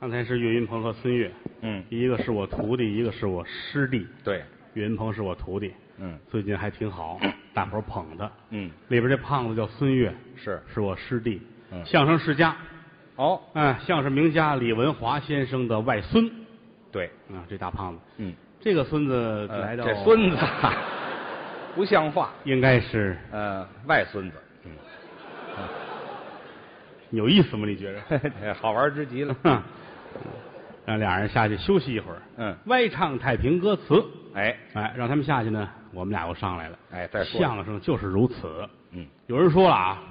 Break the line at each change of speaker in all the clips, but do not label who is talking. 刚才是岳云鹏和孙越，
嗯，
一个是我徒弟，一个是我师弟。
对，
岳云鹏是我徒弟，
嗯
最近还挺 好，大伙儿捧他。
嗯，
里边这胖子叫孙越，
是
是我师弟，
嗯
相声世家，
哦，
嗯，相声名家李文华先生的外孙，
对，
啊，这大胖子，
嗯，
这个孙子
呃
来到、
这孙子啊不像话，
应该是
呃，外孙子，
有意思吗？你觉着？
哎 好玩之极了。
哼让俩人下去休息一会儿，
嗯
歪唱太平歌词，
哎
哎，让他们下去呢，我们俩又上来了。
哎，再说，
相声就是如此。
嗯
有人说了啊，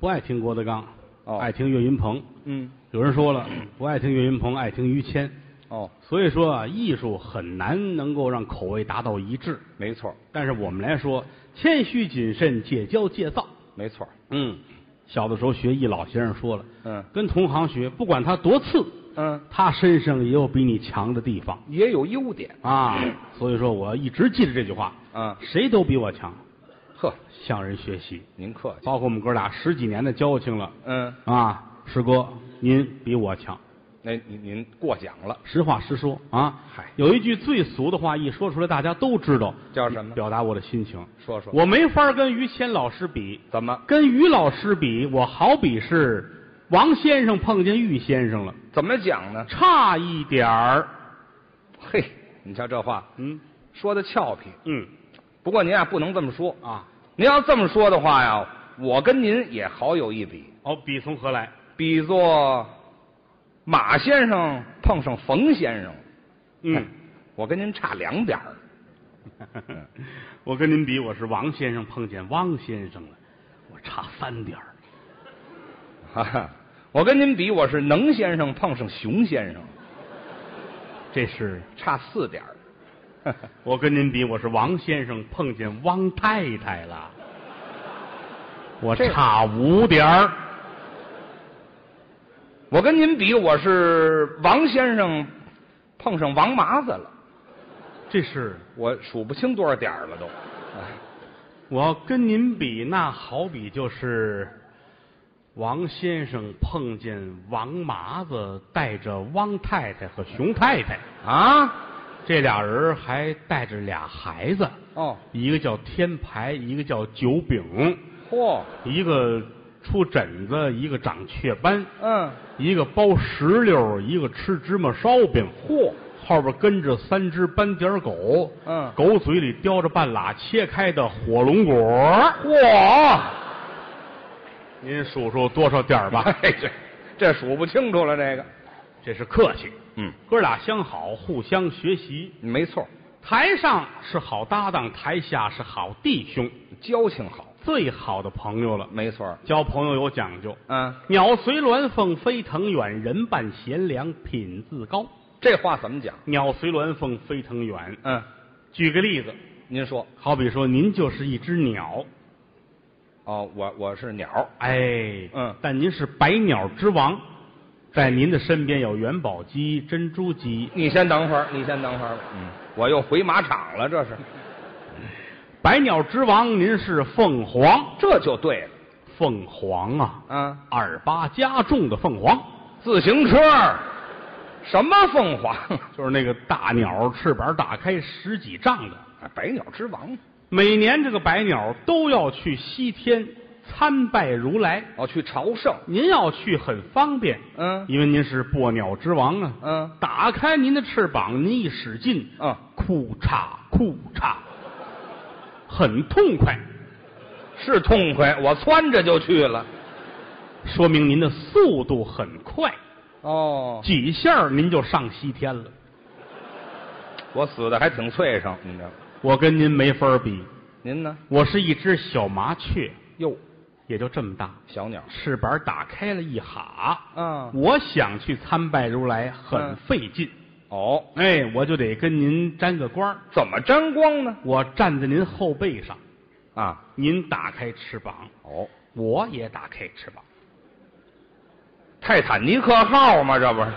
不爱听郭德纲，
哦
爱听岳云鹏。
嗯
有人说了，不爱听岳云鹏，爱听于谦。
哦，
所以说啊，艺术很难能够让口味达到一致。
没错
但是我们来说，谦虚谨慎，戒骄戒躁。
没错，
嗯，小的时候学艺，老先生说了，
嗯
跟同行学，不管他多次，
嗯，
他身上也有比你强的地方
也有优点，
啊。所以说，我一直记着这句话，
嗯
谁都比我强，
呵，
向人学习。
您客气，
包括我们哥俩十几年的交情了
嗯，
啊，师哥，您比我强，
那您您过奖了，
实话实说啊。
嗨
有一句最俗的话，一说出来大家都知道，
叫什么
表达我的心情。
说说
我没法跟于谦老师比，
怎么
跟于老师比，我好比是王先生碰见玉先生了，
怎么讲呢？
差一点儿。
嘿，你瞧这话
嗯
说的俏皮，
嗯
不过您啊不能这么说，
啊，
您要这么说的话呀，我跟您也好有一比，
哦，比从何来？
比作马先生碰上冯先生，
嗯
哎，我跟您差两点儿，
我跟您比，我是王先生碰见汪先生了，我差三点儿。
哈哈，我跟您比，我是能先生碰上熊先生，
这是
差四点儿。呵呵
我跟您比，我是王先生碰见汪太太了，我
这
差五点儿。
我跟您比，我是王先生碰上王麻子了，
这是
我数不清多少点儿了都。
我要跟您比，那好比就是王先生碰见王麻子，带着汪太太和熊太太，
啊？
这俩人还带着俩孩子，
哦，
一个叫天排，一个叫九饼，
嚯，
一个出疹子，一个长雀斑，
嗯，
一个包石榴，一个吃芝麻烧饼。
嚯，
后边跟着三只斑点狗，
嗯
狗嘴里叼着半拉切开的火龙果。
嚯！
您数数多少点儿 吧？
哎，这这数不清楚了，这个。
这是客气，
嗯，
哥俩相好，互相学习。
没错，
台上是好搭档，台下是好弟兄，
交情好，
最好的朋友了。
没错。
交朋友有讲究，
嗯，
鸟随鸾凤飞腾远，人伴贤良品自高。
这话怎么讲？
鸟随鸾凤飞腾远。
嗯，
举个例子，
您说。
好比说您就是一只鸟，
哦，我我是鸟。
哎，
嗯
但您是百鸟之王，在您的身边有元宝鸡、珍珠鸡。
你先等会儿，你先等会儿吧。嗯，我又回马场了，这是，
百鸟之王，您是凤凰，
这就对了
凤凰啊，
啊。
二八加重的凤凰，
自行车，什么凤凰 啊，
就是那个大鸟翅膀打开十几丈的。
百鸟之王。
每年这个百鸟都要去西天参拜如来，
哦，去朝圣。
您要去很方便，
嗯
因为您是破鸟之王啊。
嗯
打开您的翅膀，您一使劲，
嗯，
裤衩裤衩，很痛快，
是痛快，我窜着就去了。
说明您的速度很快，
哦，
几下儿您就上西天了。
我死的还挺脆生，你知道吗？
我跟您没法儿比，
您呢？
我是一只小麻雀，
哟，
也就这么大，
小鸟。
翅膀打开了一哈。
嗯
我想去参拜如来很
嗯
费劲，
哦，
哎，我就得跟您沾个光儿
怎么沾光呢？
我站在您后背上，
啊，
您打开翅膀，
哦，
我也打开翅膀。
泰坦尼克号嘛，这不是？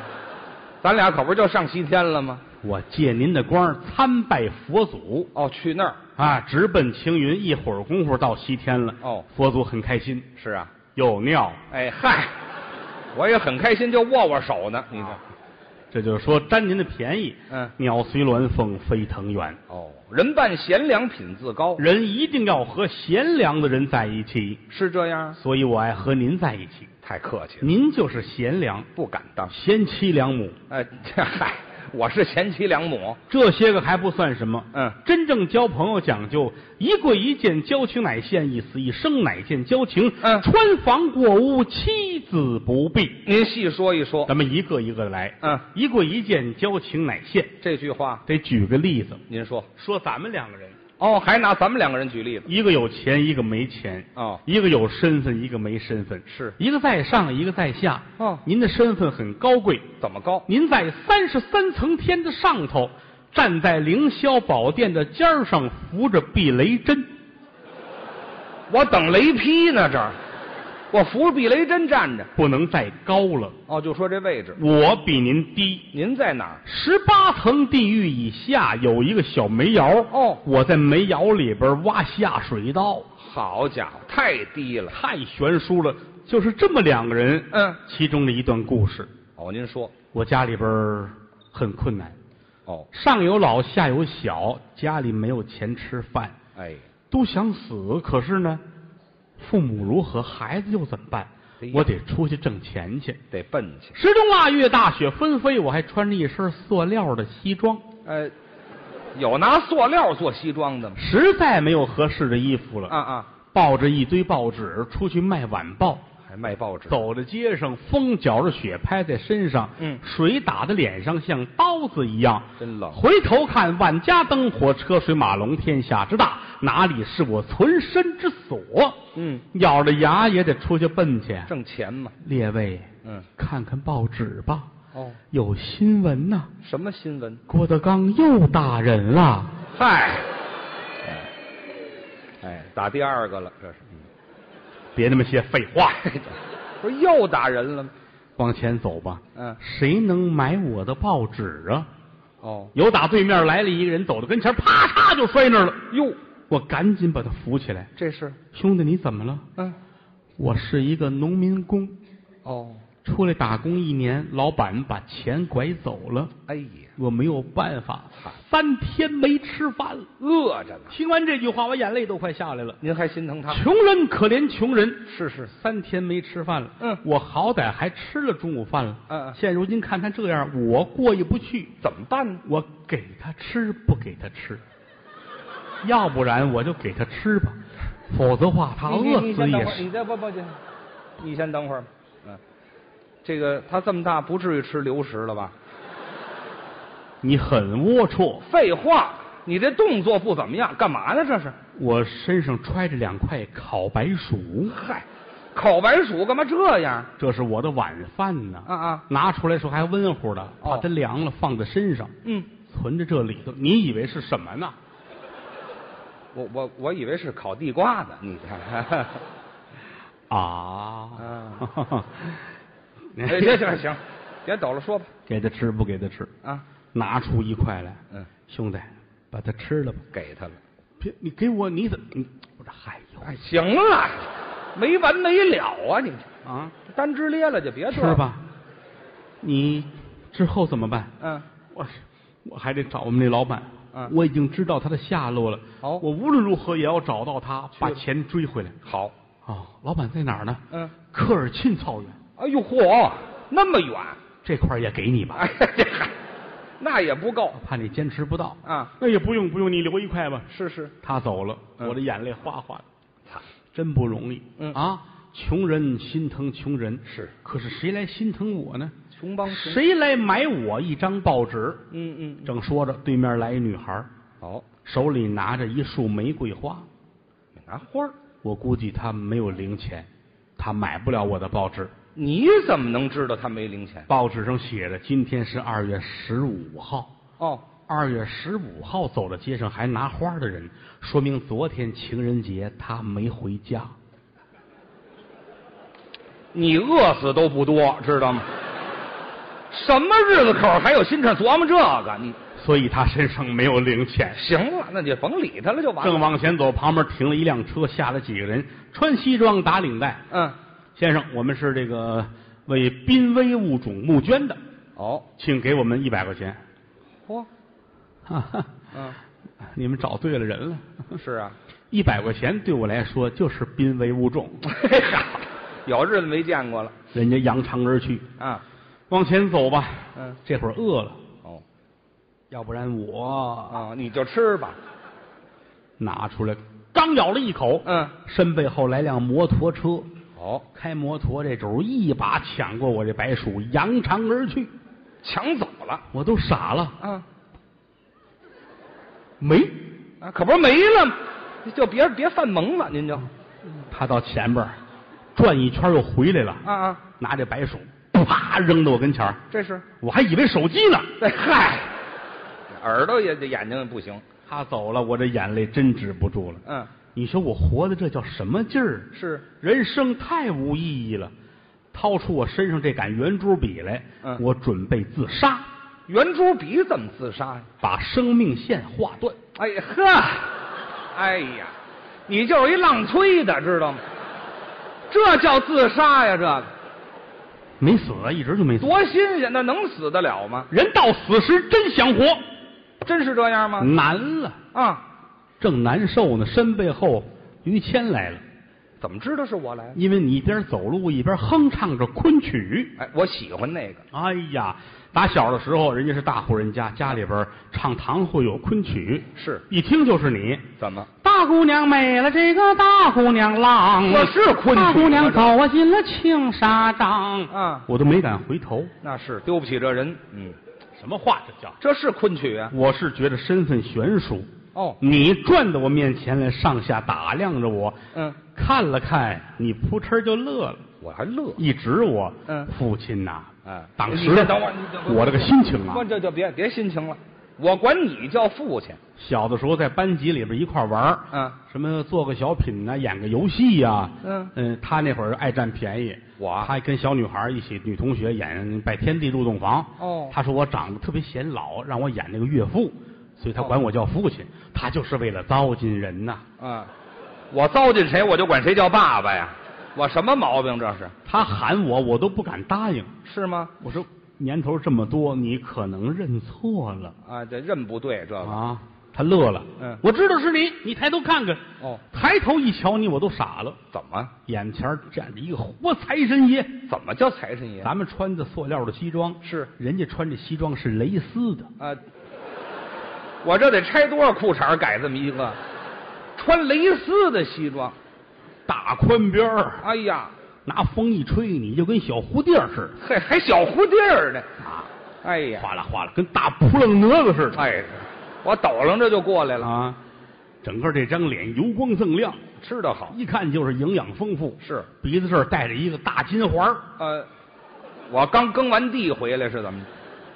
咱俩可不就上西天了吗？
我借您的光儿参拜佛祖
哦，去那儿
啊，直奔青云，一会儿功夫到西天了。
哦
佛祖很开心，
是啊。
又尿
哎嗨，我也很开心，就握握手呢。你看，
这就是说占您的便宜。
嗯
鸟随鸾凤飞腾远，
哦，人伴贤良品自高，
人一定要和贤良的人在一起，
是这样？
所以我爱和您在一起。
太客气了，
您就是贤良，
不敢当。
贤妻良母，
哎， 这嗨，我是贤妻良母。
这些个还不算什么。
嗯
真正交朋友讲究一跪一见，交情乃现；一死一生，乃见交情。
嗯
穿房过屋，妻子不避。
您细说一说
咱们一个一个来。
哦嗯
一跪一见，交情乃现。
这句话，
得举个例子，
您说。
说咱们两个人，
哦，还拿咱们两个人举例子。
一个有钱，一个没钱。
哦
一个有身份，一个没身份，
是
一个在上，一个在下。
哦
您的身份很高贵，
怎么高？
您在三十三层天的上头，站在凌霄宝殿的尖儿上，扶着避雷针。
我等雷劈呢，这儿，我扶避雷针站着。
不能再高了。
哦，就说这位置，
我比您低，
您在哪儿？
十八层地狱以下有一个小煤窑。
哦
我在煤窑里边挖下水道，
好家伙，太低了。
太悬殊了。就是这么两个人，
嗯
其中的一段故事。
哦，您说。
我家里边儿很困难，
哦，
上有老下有小，家里没有钱吃饭，
哎，
都想死。可是呢，父母如何，孩子又怎么办
哎呀？
我得出去挣钱去。
得奔去。
时钟腊月，大雪纷飞，我还穿着一身塑料的西装。
呃，有拿塑料做西装的吗？
实在没有合适的衣服了，
啊啊，
抱着一堆报纸出去卖晚报，
还卖报纸。
走在街上，风搅着雪拍在身上，
嗯
水打在脸上像刀子一样，
真冷
回头看，万家灯火，车水马龙，天下之大，哪里是我存身之所？
嗯，
咬着牙也得出去奔去。
挣钱嘛。
列位，
嗯，
看看报纸吧，
哦，
有新闻呐、
什么新闻？
郭德纲又打人了。
嗨，哎，哎，打第二个了，这是。
别那么些废话，
不是又打人了吗？
往前走吧。
嗯，
谁能买我的报纸啊？
哦，
有打对面来了一个人，走到跟前，啪嚓就摔那儿了。
哟，
我赶紧把他扶起来。
这是，
兄弟，你怎么了？
嗯，
我是一个农民工，
哦，
出来打工一年，老板把钱拐走了，
哎呀，
我没有办法，三天没吃饭了。
饿着呢，
听完这句话，我眼泪都快下来了。
您还心疼他？
穷人可怜穷人，
是是，
三天没吃饭了，
嗯
我好歹还吃了中午饭了，
嗯嗯
现如今看他这样，我过意不去，
怎么办呢？
我给他吃不给他吃，要不然我就给他吃吧，否则话他
你
饿
你
死
先等
也
会儿，
是
你。再不不去，你先等会儿，嗯，这个他这么大不至于吃流食了吧？
你很龌龊，
废话，你这动作不怎么样，干嘛呢？这是？
我身上揣着两块烤白薯，
嗨，烤白薯干嘛这样？
这是我的晚饭呢。
啊啊，
拿出来时候还温乎的，
哦
怕它凉了放在身上，
嗯，
存在这里头。你以为是什么呢？
我我我以为是烤地瓜呢，你看。
啊
啊， 哎，行行行， 别抖了，说吧。
给他吃不给他吃？
啊，
拿出一块来，
嗯，
兄弟，把它吃了吧。
给他了。
别，你给我，你怎么？你我这嗨哟
哎，行了，没完没了啊！你
啊，
单支咧了就别
吃
这样。
吧。你之后怎么办？
嗯，
我我还得找我们那老板。
嗯
我已经知道他的下落了。
好
我无论如何也要找到他，
去
把钱追回来。
好。
哦，老板在哪儿呢？
嗯，
科尔沁草原
哎呦嚯，那么远！
这块儿也给你吧，
哎呀，这还那也不够
我。怕你坚持不到。
啊，
那也不用不用，你留一块吧。嗯
是是，
他走了，
嗯
我的眼泪哗哗的，
惨，
真不容易。
嗯
啊，穷人心疼穷人
是，
可是谁来心疼我呢？
穷帮穷。
谁来买我一张报纸？
嗯嗯，
正说着，对面来一女孩，
好，
手里拿着一束玫瑰花。
你拿花儿
我估计她没有零钱，她买不了我的报纸。
你怎么能知道他没零钱？
报纸上写着今天是二月十五号，
哦，
二月十五号走到街上还拿花的人，说明昨天情人节她没回家。
你饿死都不多，知道吗？ 什么日子口儿还有心肠琢磨这个？你
所以他身上没有零钱。
行了，那就甭理他了，就完了。
正往前走，旁边停了一辆车，下来几个人，穿西装打领带。
嗯，
先生，我们是这个为濒危物种募捐的。
好，
请给我们一百块钱。
嚯，
哈哈，
嗯，
你们找对了人了，
是啊，
一百块钱对我来说就是濒危物种，
哎呀， 有日子没见过了
人家扬长而去。
啊，
往前走吧，
嗯，
这会儿饿了，
哦，
要不然我
啊，你就吃吧，
拿出来，刚咬了一口，
嗯，
身背后来辆摩托车，
好，
开摩托这主一把抢过我这白鼠，扬长而去，
抢走了，
我都傻了，
啊
没，
啊，可不是没了吗，就别别犯萌了，您就
他到前边儿转一圈又回来了，
啊啊，
拿这白鼠啪扔到我跟前儿，
这是，
我还以为手机呢，
哎 嗨，耳朵也眼睛也不行，
他走了，我这眼泪真止不住了。
嗯，
你说我活的这叫什么劲儿？
是，
人生太无意义了。掏出我身上这杆圆珠笔来，
嗯
我准备自杀，
圆珠笔怎么自杀呀？
把生命线划断。
哎呀呵，哎呀，你就是一浪吹的，知道吗？这叫自杀呀，这个
没死啊，一直就没死。
多新鲜，那能死得了吗？
人到死时真想活，
真是这样吗？
难了，
啊，
正难受呢。身背后于谦来了，
怎么知道是我来？
因为你一边走路一边哼唱着昆曲。
哎，我喜欢那个
哎呀，打小的时候人家是大户人家，家里边唱堂会有昆曲，
是
一听就是你。
怎么？
大姑娘美了，这个大姑娘浪，
我是昆曲
大姑娘
我知
走
道
啊，进了青纱帐。
啊
我都没敢回头。
那是丢不起这人。嗯，
什么话这叫？
这是昆曲啊。
我是觉得身份悬殊。
哦，
你转到我面前来，上下打量着我，
嗯，
看了看，你扑哧就乐了，
我还乐。
一指我，
嗯
父亲呐、
哎
当时
你先等会儿你等会儿
我这个心情啊
我，这就别别心情了，我管你叫父亲。
小的时候在班级里边一块儿玩儿
嗯，
什么做个小品呐、啊演个游戏呀、
嗯
他那会儿爱占便宜，
我啊
他跟小女孩儿一起，女同学演《拜天地入洞房》，
哦
他说我长得特别显老，让我演那个岳父，所以他管我叫父亲，他就是为了糟践人呐、
啊，我糟践谁，我就管谁叫爸爸呀。我什么毛病这是？
他喊我，我都不敢答应，
是吗？
我说年头这么多，你可能认错了
啊，这认不对这个。
啊。他乐了，
嗯
我知道是你，你抬头看看，
哦，
抬头一瞧你，我都傻了。
怎么
眼前儿站着一个活财神爷，
怎么叫财神爷？
咱们穿的塑料的西装
是
人家穿这西装是蕾丝的，
啊，我这得拆多少裤衩儿改这么一个？穿蕾丝的西装，
大宽边儿，
哎呀，
拿风一吹，你就跟小蝴蝶儿似
嘿，还小蝴蝶儿呢，
的啊，
哎呀，
哗啦哗啦，跟大扑棱蛾子似的
哎，我抖楞着就过来了，
啊，整个这张脸油光锃亮，
吃的好
一看就是营养丰富，
是，
鼻子这儿戴着一个大金环儿，
呃，我刚耕完地回来是怎么着？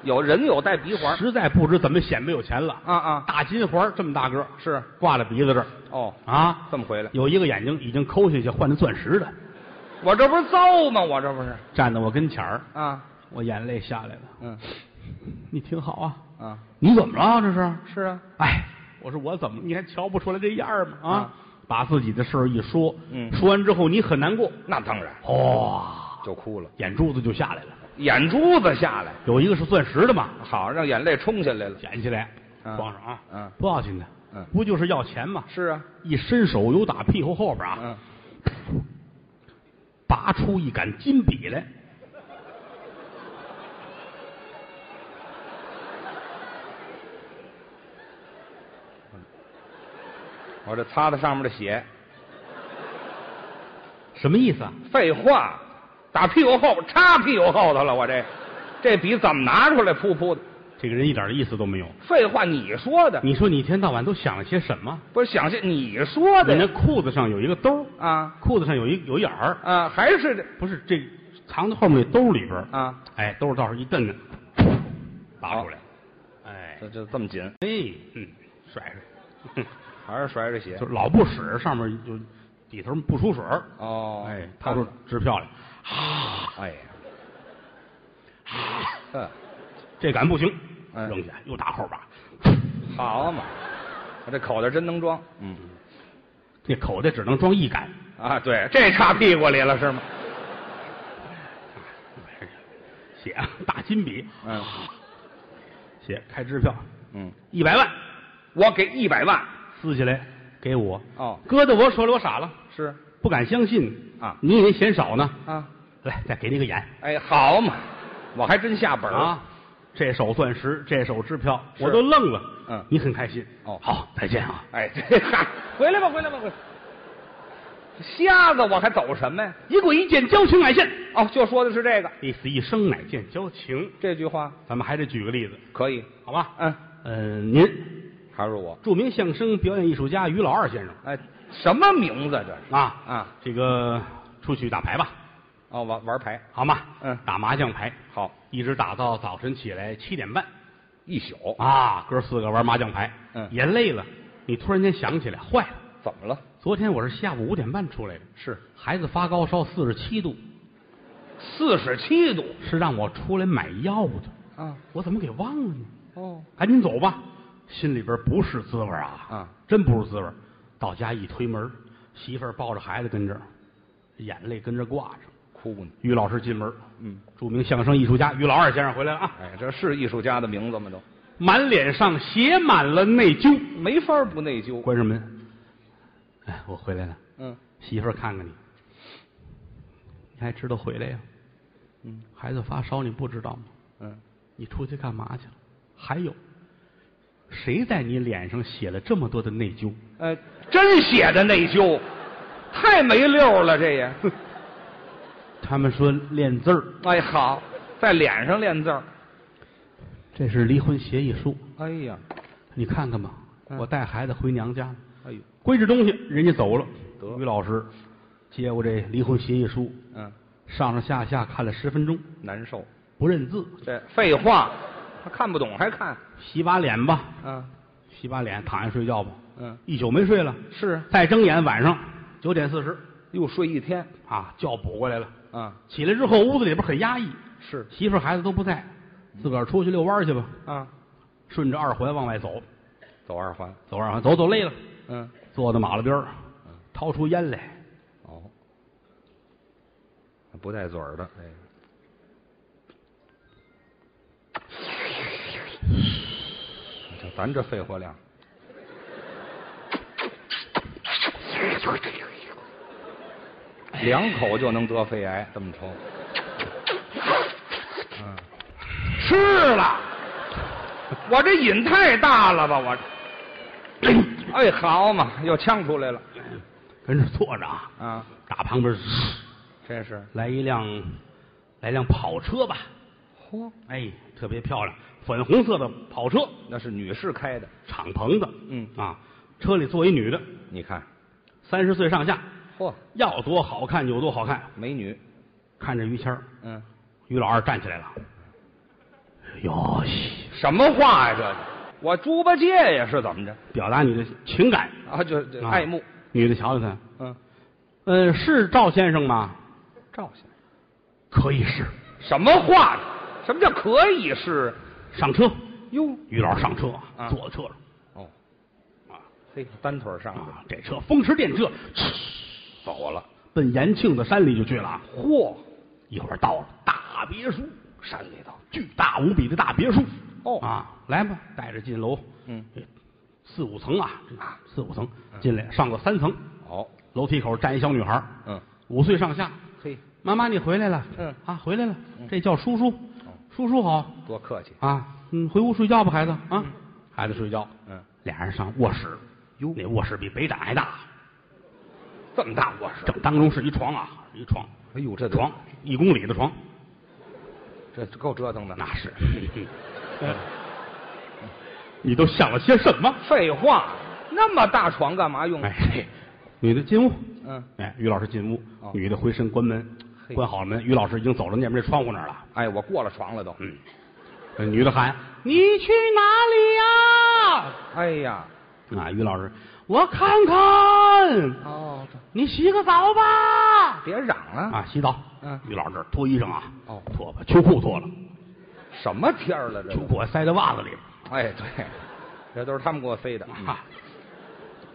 有人有带鼻环儿
实在不知怎么显摆有钱了，
啊啊，
大金环儿这么大个儿
是
挂在鼻子这儿
哦，
啊，
这么回来，
有一个眼睛已经抠下去换成钻石的，
我这不是糟吗？我这不是
站在我跟前儿，
啊，
我眼泪下来了。
嗯
你挺好啊，
啊，
你怎么了？这是？
是啊，
哎，我说我怎么？你还瞧不出来这样儿吗？啊，
啊
把自己的事儿一说，
嗯
说完之后你很难过，
那当然
哇、
就哭了，
眼珠子就下来了。
眼珠子下来，
有一个是钻石的嘛，
好让眼泪冲下来了，
捡起来
嗯
装上啊，
嗯
不要紧的，
嗯
不就是要钱嘛？
是啊，
一伸手由打屁股后边啊，
嗯。
拔出一杆金笔来，
我这擦擦上面的血。
什么意思啊？
废话，打屁股后插屁股后头了，我这这笔怎么拿出来？噗噗的。
这个人一点意思都没有。
废话，你说的，
你说你一天到晚都想了些什么？
不是想些你说
你那
的
裤子上有一个兜儿，
啊
裤子上有一有眼儿，
啊，还是这
不是这藏在后面那兜里边儿，
啊，
哎，兜到时候一蹬，拔出来，哎，
这这这么紧，
哎，嗯，甩甩， 哼
还是甩着血
就。老不使，上面就底头不出水儿，
哦，
哎，掏出支票来，啊，
哎呀，呵，
这杆不行，
哎
扔下又打后边儿，
好嘛，我这口袋真能装。嗯
这口袋只能装一杆，
啊，对，这插屁股里了是吗？
血啊，大金笔，
嗯
写开支票
嗯，
一百万，
我给一百万。
撕起来给我，
哦，
搁到我手里我傻了，
是
不敢相信
啊
你以为嫌少呢？
啊，
来，再给你个眼
哎，好嘛，我还真下本儿。
啊！这手钻石，这手支票，
是
我都愣了。
嗯
你很开心
哦
好，再见啊！
哎，这嗨，回来吧，回来吧，回来。瞎子，我还走什么呀？
一跪一见，交情乃现。
哦，就说的是这个
一死一生，乃见交情。
这句话，
咱们还得举个例子，
可以。
好吧？
嗯，
嗯，您
还是我。
著名相声表演艺术家于老二先生
哎，什么名字这是？
啊
啊，
这个出去打牌吧，
哦，玩玩牌。
好吗？
嗯
打麻将牌，
好，
一直打到早晨起来七点半
一宿。
啊，哥四个玩麻将牌，
哦嗯
也累了。你突然间想起来，坏了，
怎么了？
昨天我是下午五点半出来的，
是
孩子发高烧四十七度，
四十七度
是让我出来买药的，
啊！
我怎么给忘了呢？
哦，
赶紧走吧，心里边不是滋味啊，
啊，
真不是滋味。到家一推门，媳妇儿抱着孩子跟这儿，眼泪跟着挂着。
哭呢。
于老师进门，
嗯，
著名相声艺术家于老二先生回来了啊，
哎，这是艺术家的名字吗？都
满脸上写满了内疚。
没法不内疚。
关上门，哎，我回来了，
嗯，
媳妇儿看看你，你还知道回来呀、
嗯
孩子发烧你不知道吗？
嗯，
你出去干嘛去了？还有，谁在你脸上写了这么多的内疚？
呃，真写的内疚，太没溜了，这 也。
他们说练字儿，
哎，好，在脸上练字儿。
这是离婚协议书，
哎呀，
你看看吧。
嗯
我带孩子回娘家，
哎呦，
归置东西，人家走了。
得
于老师接过这离婚协议书，
嗯，
上上下下看了十分钟，
难受。
不认字，
这废话，他看不懂还看。
洗把脸吧，
嗯
洗把脸，躺下睡觉吧。
嗯，
一宿没睡了，
是啊
再睁眼晚上九点四十
又睡一天。
啊，觉补过来了。
啊，
起来之后，屋子里边很压抑，
是
媳妇儿孩子都不在，自个儿出去遛弯儿去吧。
啊，
顺着二环往外走，
走二环。
走二环，走走累了，
嗯，
坐到马路边儿，掏出烟来，
哦，不带嘴儿的。哎，就咱这肺活量。两口就能得肺癌，这么抽。吃了，我这瘾太大了吧，我 这。哎，好嘛，又呛出来了
跟这儿坐着啊，
啊！
打旁边儿
这是，
来一辆，来辆跑车吧，
嚯，
哎，特别漂亮，粉红色的跑车，
那是女士开的，
敞篷的，
嗯
啊，车里坐一女的，
你看，
三十岁上下，
嚯，
要多好看有多好看。
美女，
看着于谦儿，
嗯，
于老二站起来了，哟西，
什么话呀、这是我猪八戒呀，是怎么着？
表达你的情感，
啊，就就
啊
爱慕，
女的瞧瞧他，
嗯，
呃，是赵先生吗？
赵先
可以是。
生，什么话呀？什么叫可以是？
上车，
哟，
于老师上车，
啊
坐车上
哦，嘿，单腿上去，
啊，这车风驰电掣，
走了，
奔延庆的山里就去了啊。
嚯，
一会儿到了大别墅，
山里头，
巨大无比的大别墅。
哦
啊，来吧，带着进楼，
嗯，
四五层啊，
啊
这四五层进来，上到三层，
哦，
楼梯口站一小女孩儿，
嗯，
五岁上下。
嘿，
妈妈，你回来了。
嗯哦
啊，回来了，这叫叔叔。叔叔好
多客气，
啊，嗯，回屋睡觉吧，孩子啊。孩子睡觉，
嗯，
俩人上卧室。哟，那卧室比北展还大，
这么大卧室，
正当中是一床啊，一床
哎呦，这得
床，一公里的床，
这够折腾的，
那 是。嗯你都想了些什么？
废话，那么大床干嘛用？
哎，嘿女的进屋，
嗯，
哎，于老师进屋
哦，
女的回身关门，
嘿
关好了门，于老师已经走到那边这窗户那儿了。
哎，我过了床了都。
嗯，那女的喊：“你去哪里呀
哎呀，？”
啊，于老师，我看看，
哦，
你洗个澡吧。
别嚷了，
啊，洗澡。
嗯
于老师这儿脱衣裳啊，
哦
脱吧，秋裤脱了，
什么天儿了这
秋
都？
裤还塞在袜子里边
哎，对，这都是他们给我塞的。
儿，啊，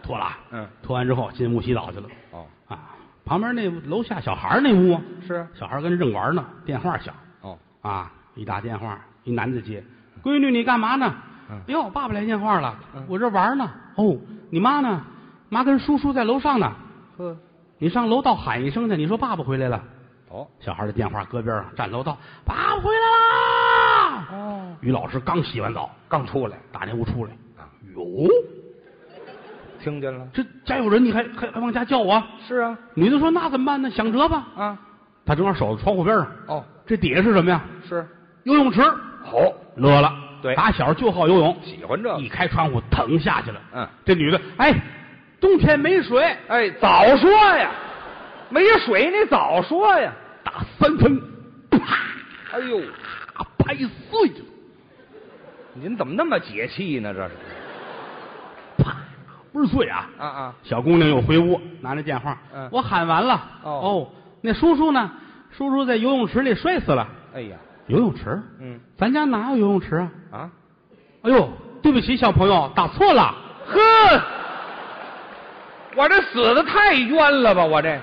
脱了啊。
嗯
脱完之后进屋洗澡去了。
哦，
啊，旁边那楼下小孩儿那屋啊，
是
小孩儿跟那正玩呢，电话响
哦，
啊，一打电话，一男的接：“闺女，你干嘛呢？”
嗯
哎呦，爸爸来电话了
嗯，
我这玩呢。哦，你妈呢？妈跟叔叔在楼上呢。
呵，
你上楼道喊一声去，你说爸爸回来了。
哦
小孩的电话搁边上，站楼道，爸爸回来啦！
哦，
于老师刚洗完澡，
刚出来
打那屋出来，
啊，
哟，
听见了？
这家有人，你还还还往家叫我？
是啊，
女的说那怎么办呢？想辙吧。
啊，
他正好守在窗户边上，
哦，
这底下是什么呀？
是，
游泳池，
好，
乐了。
对
打小就好游泳，
喜欢这个
一开窗户腾下去了。
嗯，
这女的，哎，冬天没水，
哎，早说呀，没水你早说呀，
打三分，啪，
哎呦，
拍碎了，
您怎么那么解气呢？这是
啪，不是碎啊。
啊啊，
小姑娘又回屋，拿着电话，
嗯
我喊完了，
哦
那叔叔呢？叔叔在游泳池里摔死了。
哎呀，
游泳池？
嗯
咱家哪有游泳池啊？
啊，
哎呦，对不起，小朋友，打错了。
呵，我这死的太冤了吧，我这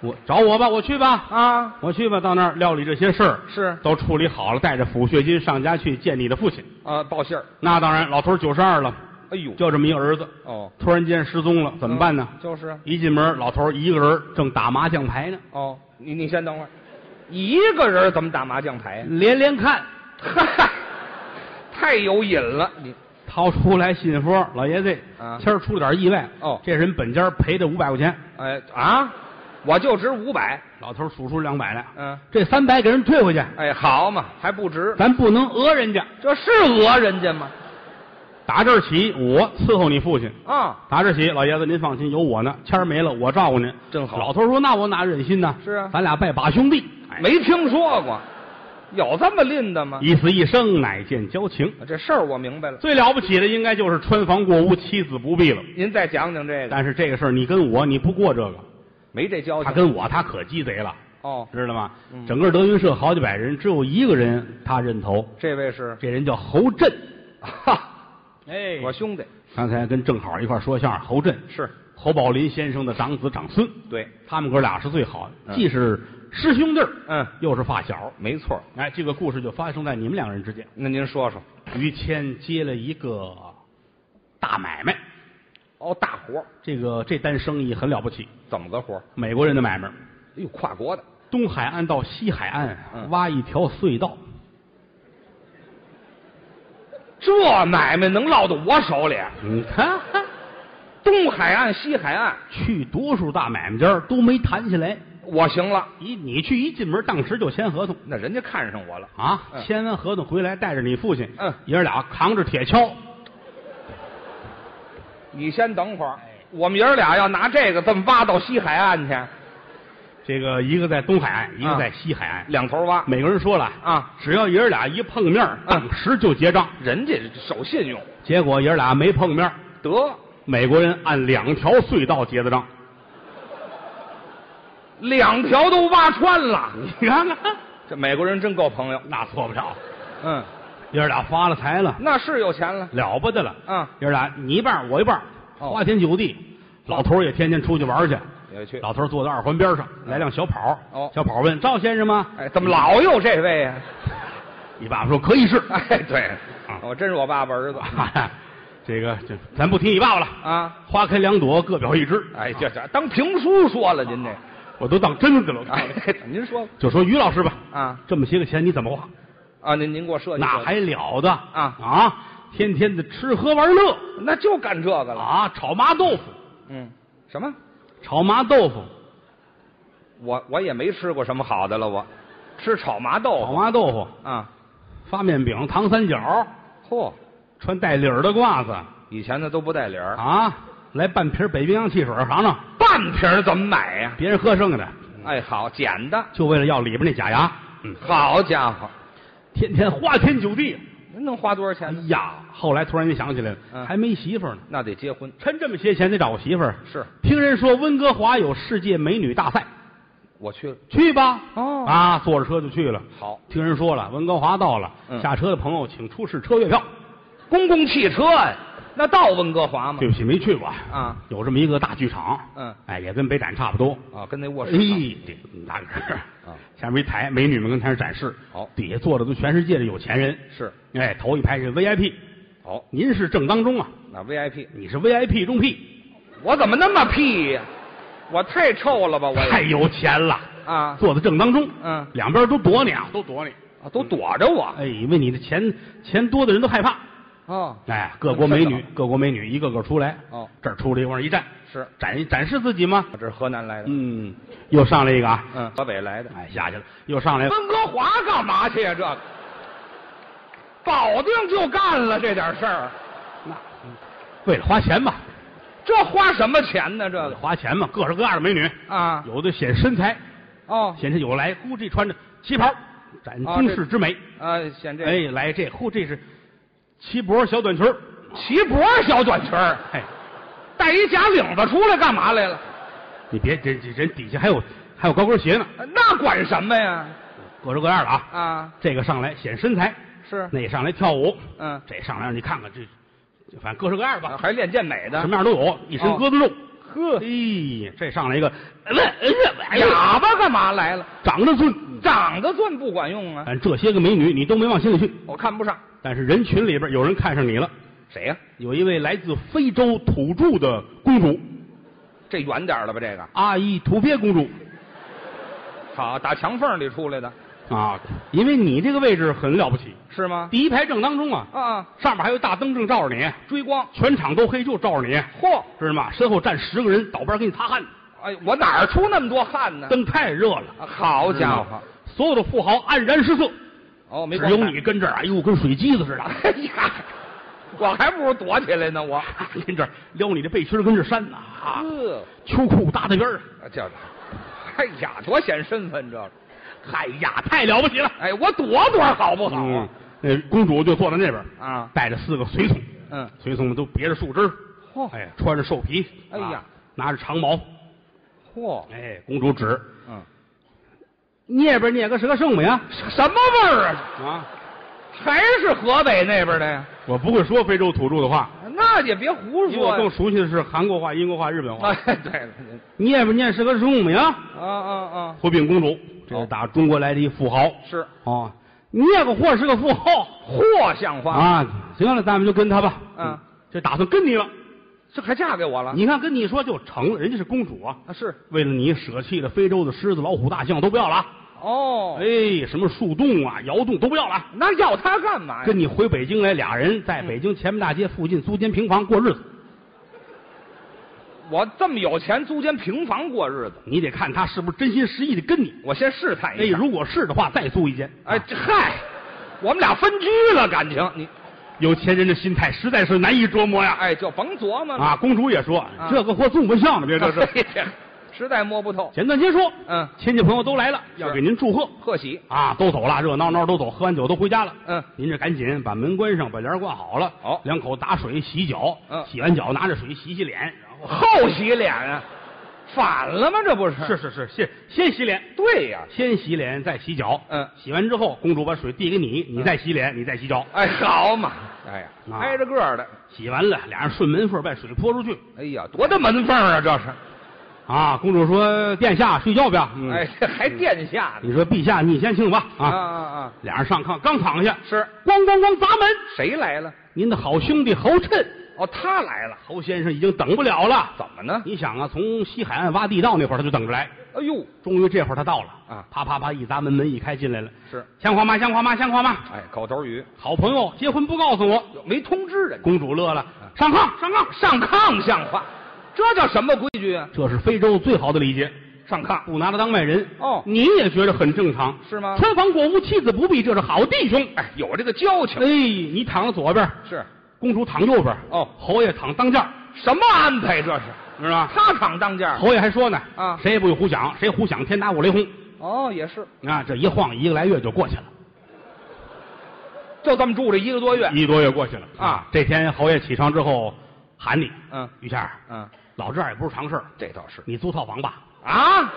我找我吧，我去吧，
啊
我去吧，到那儿料理这些事儿，
是
都处理好了，带着抚恤金上家去见你的父亲。
啊，报信儿，
那当然，老头九十二了，
哎呦，
就这么一儿子，
哦，
突然间失踪了，怎么办呢？
嗯就是啊
一进门，老头一个人正打麻将牌呢，
哦，你你先等会儿，一个人怎么打麻将牌呀？
连连看，
哈哈， 太有瘾了，你
掏出来信封，老爷子
啊，
今儿出了点意外，
哦
这人本家赔的五百块钱，
哎啊，我就值五百，
老头数出两百来，
嗯，
这三百给人退回去，
哎，好嘛，还不值，
咱不能讹人家。
这是讹人家吗？
打这儿起，我伺候你父亲。
啊，
打这起，老爷子您放心，有我呢。钱儿没了，我照顾您，
真好
老头儿说：“那我哪忍心呢？
是啊
咱俩拜把兄弟，哎
没听说过，有这么吝的吗？
一死一生，乃见交情。
这事儿我明白了，
最了不起的应该就是穿房过屋，妻子不避了。
您再讲讲这个，
但是这个事儿，你跟我你不过这个，
没这交
他
情。
跟我他可鸡贼了，
哦，
知道吗？
嗯
整个德云社好几百人，只有一个人他认头，
这位是，
这人叫侯 震。
哈，
哎
我兄弟
刚才跟正好一块儿说相声，侯震
是
侯宝林先生的长子长孙。
对，
他们哥俩是最好的，
嗯
既是师兄弟儿，
嗯，
又是发小。
没错儿。
哎，这个故事就发生在你们两人之间。
那您说说，
于谦接了一个大买卖，
哦，大活儿
这个这单生意很了不起，
怎么个活儿？
美国人的买卖，
哎呦，跨国的，
东海岸到西海岸
嗯
挖一条隧道，
这买卖能落到我手里？
你看
东海岸、西海岸，
去多数大买卖家儿都没谈起来。
我行了，
你你去一进门，当时就签合同
那人家看上我了，
啊！
嗯
签完合同回来，带着你父亲，
嗯
爷儿俩扛着铁锹，
你先等会儿，
哎
我们爷儿俩要拿这个这么挖到西海岸去，
这个一个在东海岸，一个
啊
在西海岸，
两头挖
每个人说了
啊，
只要爷儿俩一碰面儿，
嗯
当时就结账。
人家守信用，
结果爷儿俩没碰面儿，
得
美国人按两条隧道结的账。
两条都挖穿了。
你看看，
这美国人真够朋友，
那错不了。
嗯，
爷儿俩发了财了，
那是有钱了，
了不得了。
嗯，
爷儿俩你一半儿我一半儿，
哦
花天酒地。老头儿也天天出去玩儿去。
也去。
老头儿坐在二环边上，来辆小跑儿。
嗯哦
小跑儿问赵先生吗？
哎，怎么老有这位呀、
你爸爸说可以是。
哎，对
啊，
我真是我爸 爸儿子
这个这咱不提你爸爸了。
啊。
花开两朵，各表一枝。啊
哎，这这当评书说了，您这，
我都当真的了。
哎，您说吧
就说于老师吧，
啊
这么些个钱你怎么花？
啊，您您给我设计设计，
那还了得
啊
啊！天天的吃喝玩乐
那就干这个了。
啊，炒麻豆腐，
嗯，什么？
炒麻豆腐，
我我也没吃过什么好的了，我吃炒麻
炒
豆
麻豆腐，
腐啊。
发面饼，糖三角，
嚯，
穿带领儿的褂子
以前的都不带理儿，
啊，来半瓶北冰洋汽水尝尝，
半瓶儿怎么买呀、
别人喝剩下的，
哎，好捡的，
就为了要里边那假牙。嗯，
好家伙，
天天花天酒地。
您能花多少
哎
钱呢？
呀，后来突然间想起来了，
嗯
还没媳妇儿呢，
那得结婚。
趁这么些钱得找个媳妇儿。
是
听人说温哥华有世界美女大赛，
我去了。
去吧。
哦
啊，坐着车就去了。
好，
听人说了，温哥华到了，
嗯
下车的朋友请出示车月票。
公共汽车呀、那到温哥华吗
对？不起，没去过
啊。
有这么一个大剧场，
嗯
哎，也跟北展差不多。
啊，跟那卧
哎，
室啊。
这那是
啊，
下面一台，美女们跟台上展示，
好
底下坐着都全世界的有钱人，
是，
哎，头一排是 VIP，
好，
您是正当中啊，
那 VIP，
你是 VIP 中 P，
我怎么那么屁呀？我太臭了吧，我也
太有钱了，
啊
坐在正当中，
嗯
两边都躲你啊，都躲你，
啊都躲着我
哎，因为你的钱钱多的人都害怕，
哦
哎，各国美
真
女
的，
各国美女一个个出来，
哦，
这儿出来往这儿一站，
是，
展展示自己吗？
我这是河南来的，
嗯，又上来一个啊，
嗯，河北来的。
哎，下去了，又上来了，
温哥华干嘛去呀、这个保定就干了这点事儿，
那为了花钱嘛，
这花什么钱呢？这
为了
个
花钱嘛，各式各样的美女，
啊，
有的显身材，
哦，
显示有来，呼这穿着旗袍，展精
哦这
士之美。
啊，显这个、
哎，来这呼这是齐脖小短裙儿
齐脖小短裙儿
哎，
带一假领子出来干嘛来了？
你别这这人底下还有还有高跟鞋呢，
那管什么呀？
各式各样的啊。
啊，
这个上来显身材，
是，
那上来跳舞，
嗯，
这上来让你看看这，这反正各式各样吧，
还练健美的
什么样都有，一身
啊哦
鸽子肉。
呵，
哎，这上来一个，哎
哑巴干嘛来了？
长得俊，
长得俊不管用啊，
反正这些个美女你都没往心里去，
我看不上
但是人群里边有人看上你了。
谁呀、
有一位来自非洲土著的公主，
这远点儿了吧？这个
阿依土鳖公主
好，打墙缝里出来的
啊，因为你这个位置很了不起，
是吗？
第一排正当中啊，
啊啊，
上面还有一大灯正照着你，
追光，
全场都黑就照着你，
嚯！
知道吗？身后站十个人，倒班给你擦汗，
哎，我哪儿出那么多汗呢？
灯太热了。
啊好家
知道吗
伙！，
所有的富豪黯然失色，
哦，没
只
光
有
看
你。跟这儿，哎呦，跟水鸡子似的。
哎呀，我还不如躲起来呢，我。啊
跟这儿撩你的背心儿跟这儿扇呐、啊，
呵，
秋裤搭在边儿，
啊这，哎呀，多显身份这个。
嗨哎呀，太了不起了！
哎，我躲躲好不好啊？
嗯，呃，公主就坐在那边儿，
啊，
带着四个随从，
嗯，
随从们都别着树枝儿，
嚯
哎，穿着兽皮，
哎呀
啊拿着长矛，
嚯，
哎，公主指
嗯，
捏吧捏个是个什么呀？
什么味儿啊？
啊，
还是河北那边的呀？
我不会说非洲土著的话，
那也别胡
因为我
说
更
呀。
熟悉的是韩国话、英国话、日本话。
哎，对了，
捏吧捏是个什么呀？
啊啊啊，
回禀公主，这是
哦
打中国来的一富豪
是
哦，捏个货是个富豪。
货像话。
啊，行了，咱们就跟他吧。
嗯，啊
这打算跟你了。
这还嫁给我了？
你看，跟你说就成了，人家是公主啊，
啊是
为了你舍弃了非洲的狮子、老虎、大象都不要了啊。
哦，
哎，什么树洞啊、窑洞都不要了啊。
那要他干嘛呀？
跟你回北京来，俩人在
嗯
北京前门大街附近租间平房过日子。
我这么有钱，租间平房过日子，
你得看他是不是真心实意的跟你。
我先试探
哎，
一下。
如果是的话，再租一间。啊
哎，这嗨，我们俩分居了，感情你
有钱人的心态实在是难以琢磨呀。
哎就甭琢磨了。
啊，公主也说这个货纵不像的，别 这是。
这实在摸不透。
简短截说，
啊嗯，
亲戚朋友都来了，要
是
给您祝贺。
贺喜，
啊，都走了，热热闹闹都走，喝完酒都回家了。
嗯，
您这赶紧把门关上，把帘儿挂好了。
好
两口打水洗脚。
嗯
洗完脚拿着水洗洗脸，然后
后洗脸啊，反了吗？这不是？
是是是，先先洗脸，
对呀、
先洗脸再洗脚。
嗯
洗完之后，公主把水递给你，你再洗脸，你再洗脚。
哎，好嘛，哎呀，
啊
挨着个儿的，
洗完了，俩人顺门缝把水泼出去。
哎呀，多大门缝啊，这是？
啊，公主说：“殿下睡觉吧。”嗯
哎，，这还殿下呢？
你说陛下，你先请吧。
啊
啊，
啊啊！
俩人上炕，刚躺下，
是
咣咣咣砸门。
谁来了？
您的好兄弟侯震，
哦，他来了，
侯先生已经等不了了。
怎么呢？
你想啊，从西海岸挖地道那会儿，他就等着来。
哎呦，
终于这会儿他到了
啊
啪啪啪一砸门，门一开进来了，
是，
像话吗？像话吗？像话吗？
哎，狗头鱼
好朋友结婚不告诉我，
没通知人家。
公主乐了，
啊
上炕上炕，
上炕像话，这叫什么规矩啊？
这是非洲最好的礼节，
上炕
不拿他当外人。
哦
你也觉得很正常
是吗
穿房过屋，妻子不避，这是好弟兄。
哎，有这个交情
哎，你躺在左边，
是
公主躺右边，
哦
侯爷躺当间儿，
什么安排？这是
知道吗？
他躺当间儿
侯爷还说呢，
啊
谁也不许胡想，谁胡想天打五雷轰。
哦，也是，
啊，这一晃一个来月就过去了。
就这么住着一个多月。
一个多月过去了
啊
这天侯爷起床之后喊你，
嗯
于谦儿，
嗯，
老这样也不是常事儿
这倒是
你租套房吧，
啊，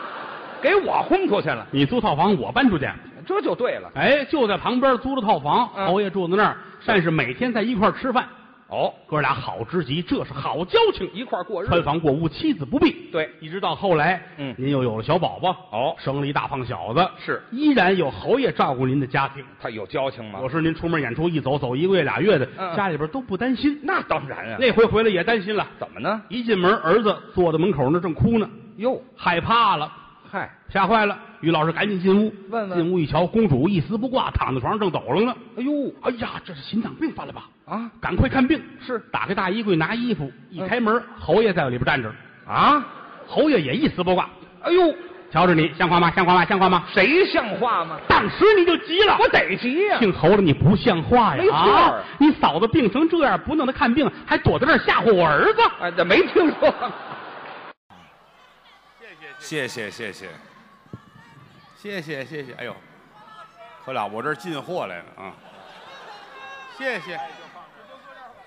给我轰出去了，
你租套房，我搬出去。
这就对了。
哎，就在旁边租了套房，
嗯
侯爷住在那儿，但是每天在一块儿吃饭，
哦，
哥俩好知己，这是好交情。
一块儿过日
穿
子。
房过屋，妻子不避。
对，
一直到后来，
嗯
您又有了小宝宝，
哦
生了一大胖小子，
是
依然有侯爷照顾您的家庭。
他有交情吗
有？时您出门演出一走走一个月俩月的，
嗯
家里边都不担心。
那当然啊。
那回回来也担心了，
怎么呢？
一进门儿子坐在门口那正哭呢，
哟，
害怕了，
嗨，
吓坏了。于老师赶紧进屋，
问问
进屋一瞧，公主一丝不挂躺在床上正抖楞呢。
哎呦
哎呀，这是心脏病犯了吧？
啊
赶快看病！
是
打开大衣柜拿衣服，一开门，侯爷在里边站着，
啊！
侯爷也一丝不挂，
哎呦，
瞧着你像话吗？像话吗？像话吗？
谁像话吗？
当时你就急了，
我得急呀、
姓侯的你不像话呀！
没错
啊，你嫂子病成这样，不弄她看病，还躲在这儿吓唬我儿子。
哎，这没听说。
谢谢谢谢，谢谢谢谢，哎呦，可俩我这儿进货来了啊！谢谢，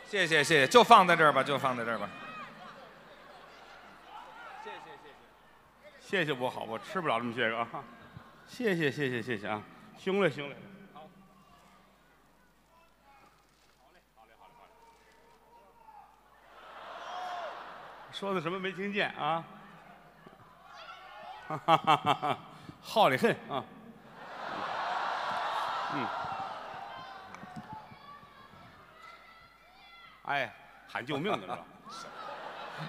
谢谢谢谢，就放在这儿吧，就放在这儿吧。谢谢谢谢，谢谢我好，我吃不了这么些个啊！谢谢谢谢谢谢啊，行了行了。说的什么没听见啊？哈哈哈哈哈，好得很啊！嗯，哎，喊救命的是吧？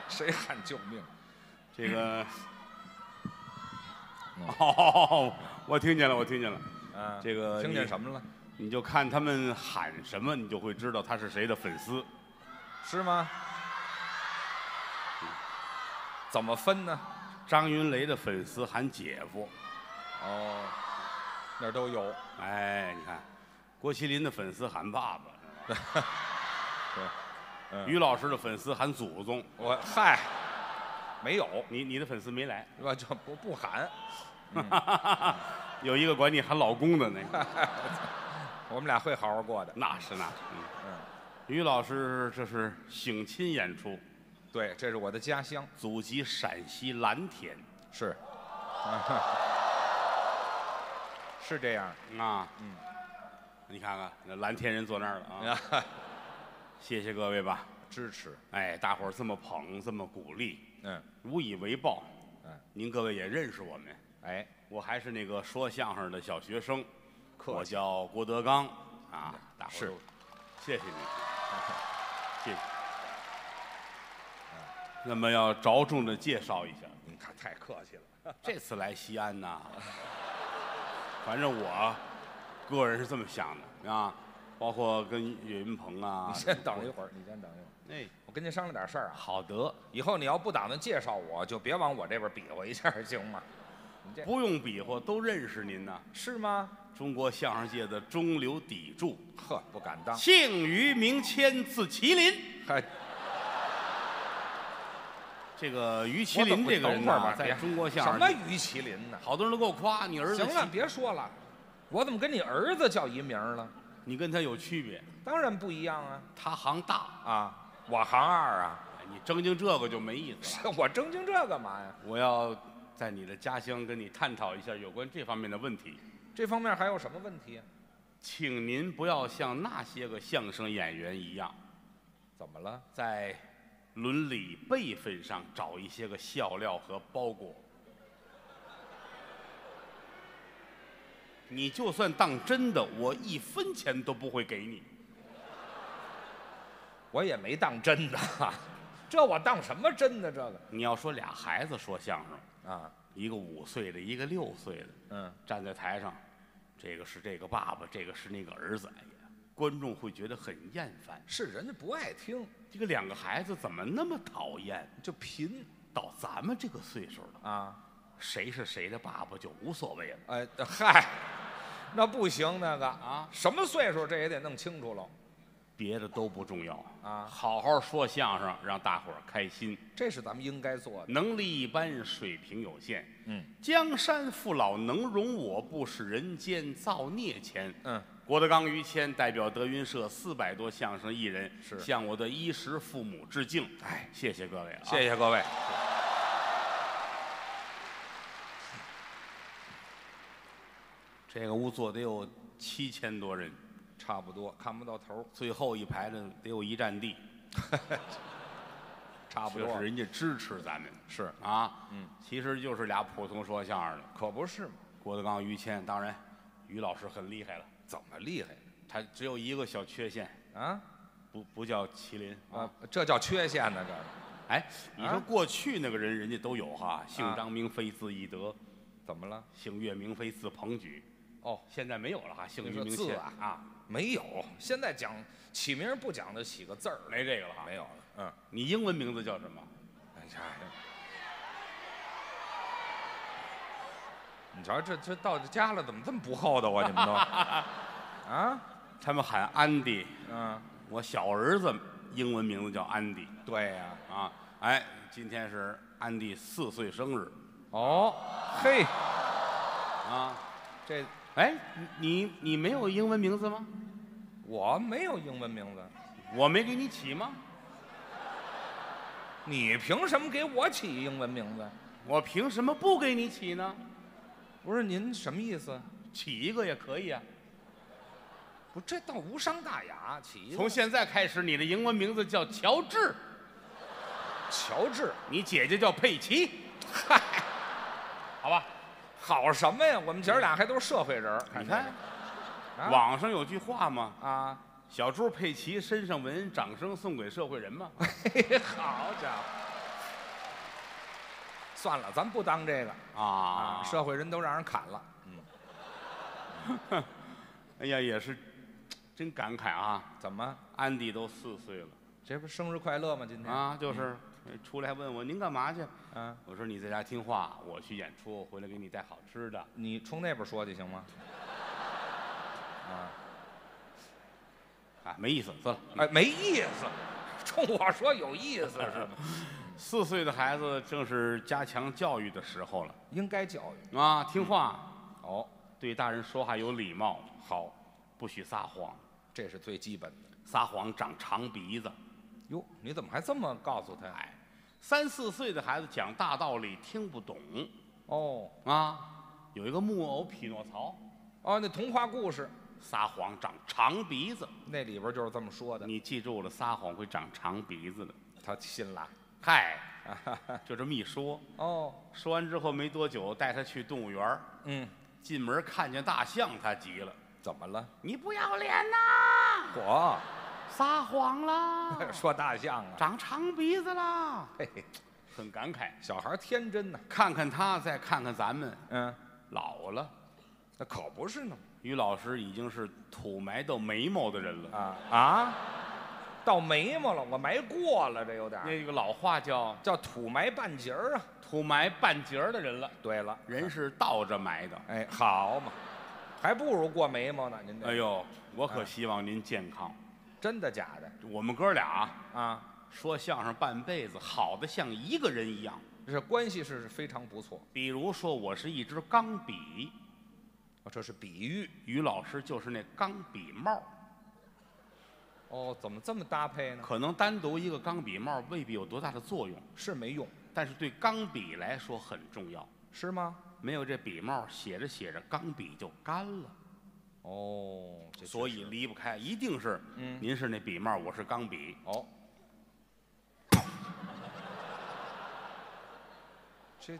谁喊救命？
这个， 哦，我听见了，我听见了。
啊
这个
听
你
见什么了？
你就看他们喊什么，你就会知道他是谁的粉丝。
是吗？怎么分呢？
张云雷的粉丝喊姐夫，
哦，那儿都有。
哎，你看，郭麒麟的粉丝喊爸爸，
对，嗯
于老师的粉丝喊祖宗。
我嗨，没有，
你你的粉丝没来，
我就不不喊。
有一个管你喊老公的那个，
我们俩会好好过的。
那是那是。嗯，于老师这是省亲演出，
对，这是我的家乡，
祖籍陕西蓝田
是， 是这样。
啊。
嗯，
你看看那蓝田人坐那儿了啊，
啊，
谢谢各位吧。
支持。
哎，大伙儿这么捧，这么鼓励，
嗯，
无以为报。
嗯，
您各位也认识我们，
哎，
我还是那个说相声的小学生，
客气嗯
我叫郭德纲啊。大伙儿
是
都谢谢你， 谢谢。那么要着重的介绍一下，
你看太客气了。
这次来西安呐，反正我个人是这么想的啊，包括跟岳云鹏啊
你，先等一会儿，你先等一会儿，
哎，
我跟您商量点事儿啊。
好得，
以后你要不打算介绍我，就别往我这边比划一下，行吗？你这
不用比划，都认识您呐，
是吗？
中国相声界的中流砥柱，
呵，不敢当。
庆余名谦，字麒麟。
嗨，
这个于麒麟这个人
等会儿
呐
吧，，
在
别
中国相声
什么
界
于麒麟呢？
好多人都给我夸你儿子，
行了，，别说了，我怎么跟你儿子叫一名儿了？
你跟他有区别，
当然不一样啊！
他行大，
啊，我行二啊，
哎你正经这个就没意思了。
我正经这干嘛呀？
我要在你的家乡跟你探讨一下有关这方面的问题。
这方面还有什么问题啊？
请您不要像那些个相声演员一样，
怎么了？
在伦理辈分上找一些个笑料和包裹。你就算当真的，我一分钱都不会给你。
我也没当真的， 这我当什么真的？这个
你要说俩孩子说相声，
啊，
一个五岁的，一个六岁的，
嗯，
站在台上，这个是这个爸爸，这个是那个儿子，哎呀，观众会觉得很厌烦。
是人家不爱听，
这个两个孩子怎么那么讨厌？
就贫
到咱们这个岁数了，
啊。
谁是谁的爸爸就无所谓了。
哎，嗨，那不行，那个
啊
什么岁数这也得弄清楚喽。
别的都不重要
啊
好好说相声，让大伙儿开心。
这是咱们应该做的。
能力一般，水平有限。
嗯，
江山父老能容我，不使人间造孽钱。
嗯，
郭德纲、于谦代表德云社四百多相声艺人，
是
向我的衣食父母致敬。哎，谢谢各位啊！
谢谢各位。
这个屋坐得有七千多人，
差不多看不到头儿，
最后一排的得有一站地。
差不
就
多
是，人家支持咱们是啊，
嗯，
其实就是俩普通说相声的，
可不是嘛？
郭德纲、于谦，当然，于老师很厉害了，
怎么厉害
他只有一个小缺陷，
啊？
不不叫麒麟啊
啊，，这叫缺陷呢，这是
哎，你说
啊
过去那个人，人家都有哈，姓
啊
张名飞字翼德，
怎么了？
姓岳名飞字鹏举，
哦，
现在没有了哈，姓于
你说
名
字
谦
啊
啊，
没有，现在讲起名不讲究起个字儿了，
没这个了哈。
没有了。嗯，
你英文名字叫什么？
哎呀，你瞧这这到家了怎么这么不厚道啊？你 们都啊，
他们喊安迪，
嗯，
我小儿子英文名字叫安迪
对呀、
啊。哎，今天是安迪四岁生日
哦，嘿，
啊。
这
哎，你你你没有英文名字吗？
我没有英文名字，
我没给你起吗？
你凭什么给我起英文名字？
我凭什么不给你起呢？
不是您什么意思？
起一个也可以啊。
不，这倒无伤大雅，起一个
从现在开始，你的英文名字叫乔治，
乔治，
你姐姐叫佩 奇，
嗨，
好吧？
好什么呀？我们姐儿俩还都是社会人儿，
你看，
啊
网上有句话嘛，
啊，
小猪佩奇身上纹，掌声送给社会人 嘛。
嘿，好家伙！算了，咱不当这个
啊
社会人都让人砍了。嗯，
哎呀，也是，真感慨啊！
怎么？
安迪都四岁了
这不是生日快乐吗？今天
啊，就是呃出来问我您干嘛去？
啊，
我说你在家听话，我去演出，回来给你带好吃的。
你冲那边说去行吗？啊，
啊，没意思，算了。
哎，没意思，冲我说有意思是吗？
四岁的孩子正是加强教育的时候了
应该教育。
啊，听话，
哦，
对大人说话有礼貌，好，不许撒谎，
这是最基本的。
撒谎长长鼻子。
哟，你怎么还这么告诉他呀？
哎，三四岁的孩子讲大道理听不懂
哦，
啊。有一个木偶匹诺曹，
哦，那童话故事
撒谎长长鼻子，
那里边就是这么说的。
你记住了，撒谎会长长鼻子的。
他信了。
嗨，就这么一说，
哦，
说完之后没多久，带他去动物园儿
嗯，
进门看见大象，他急了
怎么了？：“
你不要脸呐！
我。
撒谎啦
说大象啊，
长长鼻子啦！
嘿嘿，
很感慨，
小孩儿天真呐、
看看他，再看看咱们，
嗯，
老了，
那可不是呢，
于老师已经是土埋到眉毛的人了。
啊啊，到眉毛了，我埋过了，这有点儿
那个老话叫
叫土埋半截儿啊。
“土埋半截儿”的人了，
对了，
人是倒着埋的。
哎，好嘛，还不如过眉毛呢，您这、
哎呦，我可希望您健康。
真的假的
我们哥俩啊
啊？
说相声半辈子，好的像一个人一样。
这关系是非常不错，
比如说，我是一支钢笔，
哦这是比喻
于老师就是那钢笔帽。
哦。怎么这么搭配呢？
可能单独一个钢笔帽未必有多大的作用，
是没用
但是对钢笔来说很重要。
是吗？
没有这笔帽，写着写着钢笔就干了，
哦，这确
所以
实
离不开，一定是，
嗯
您是那笔帽，我是钢笔，
哦， 这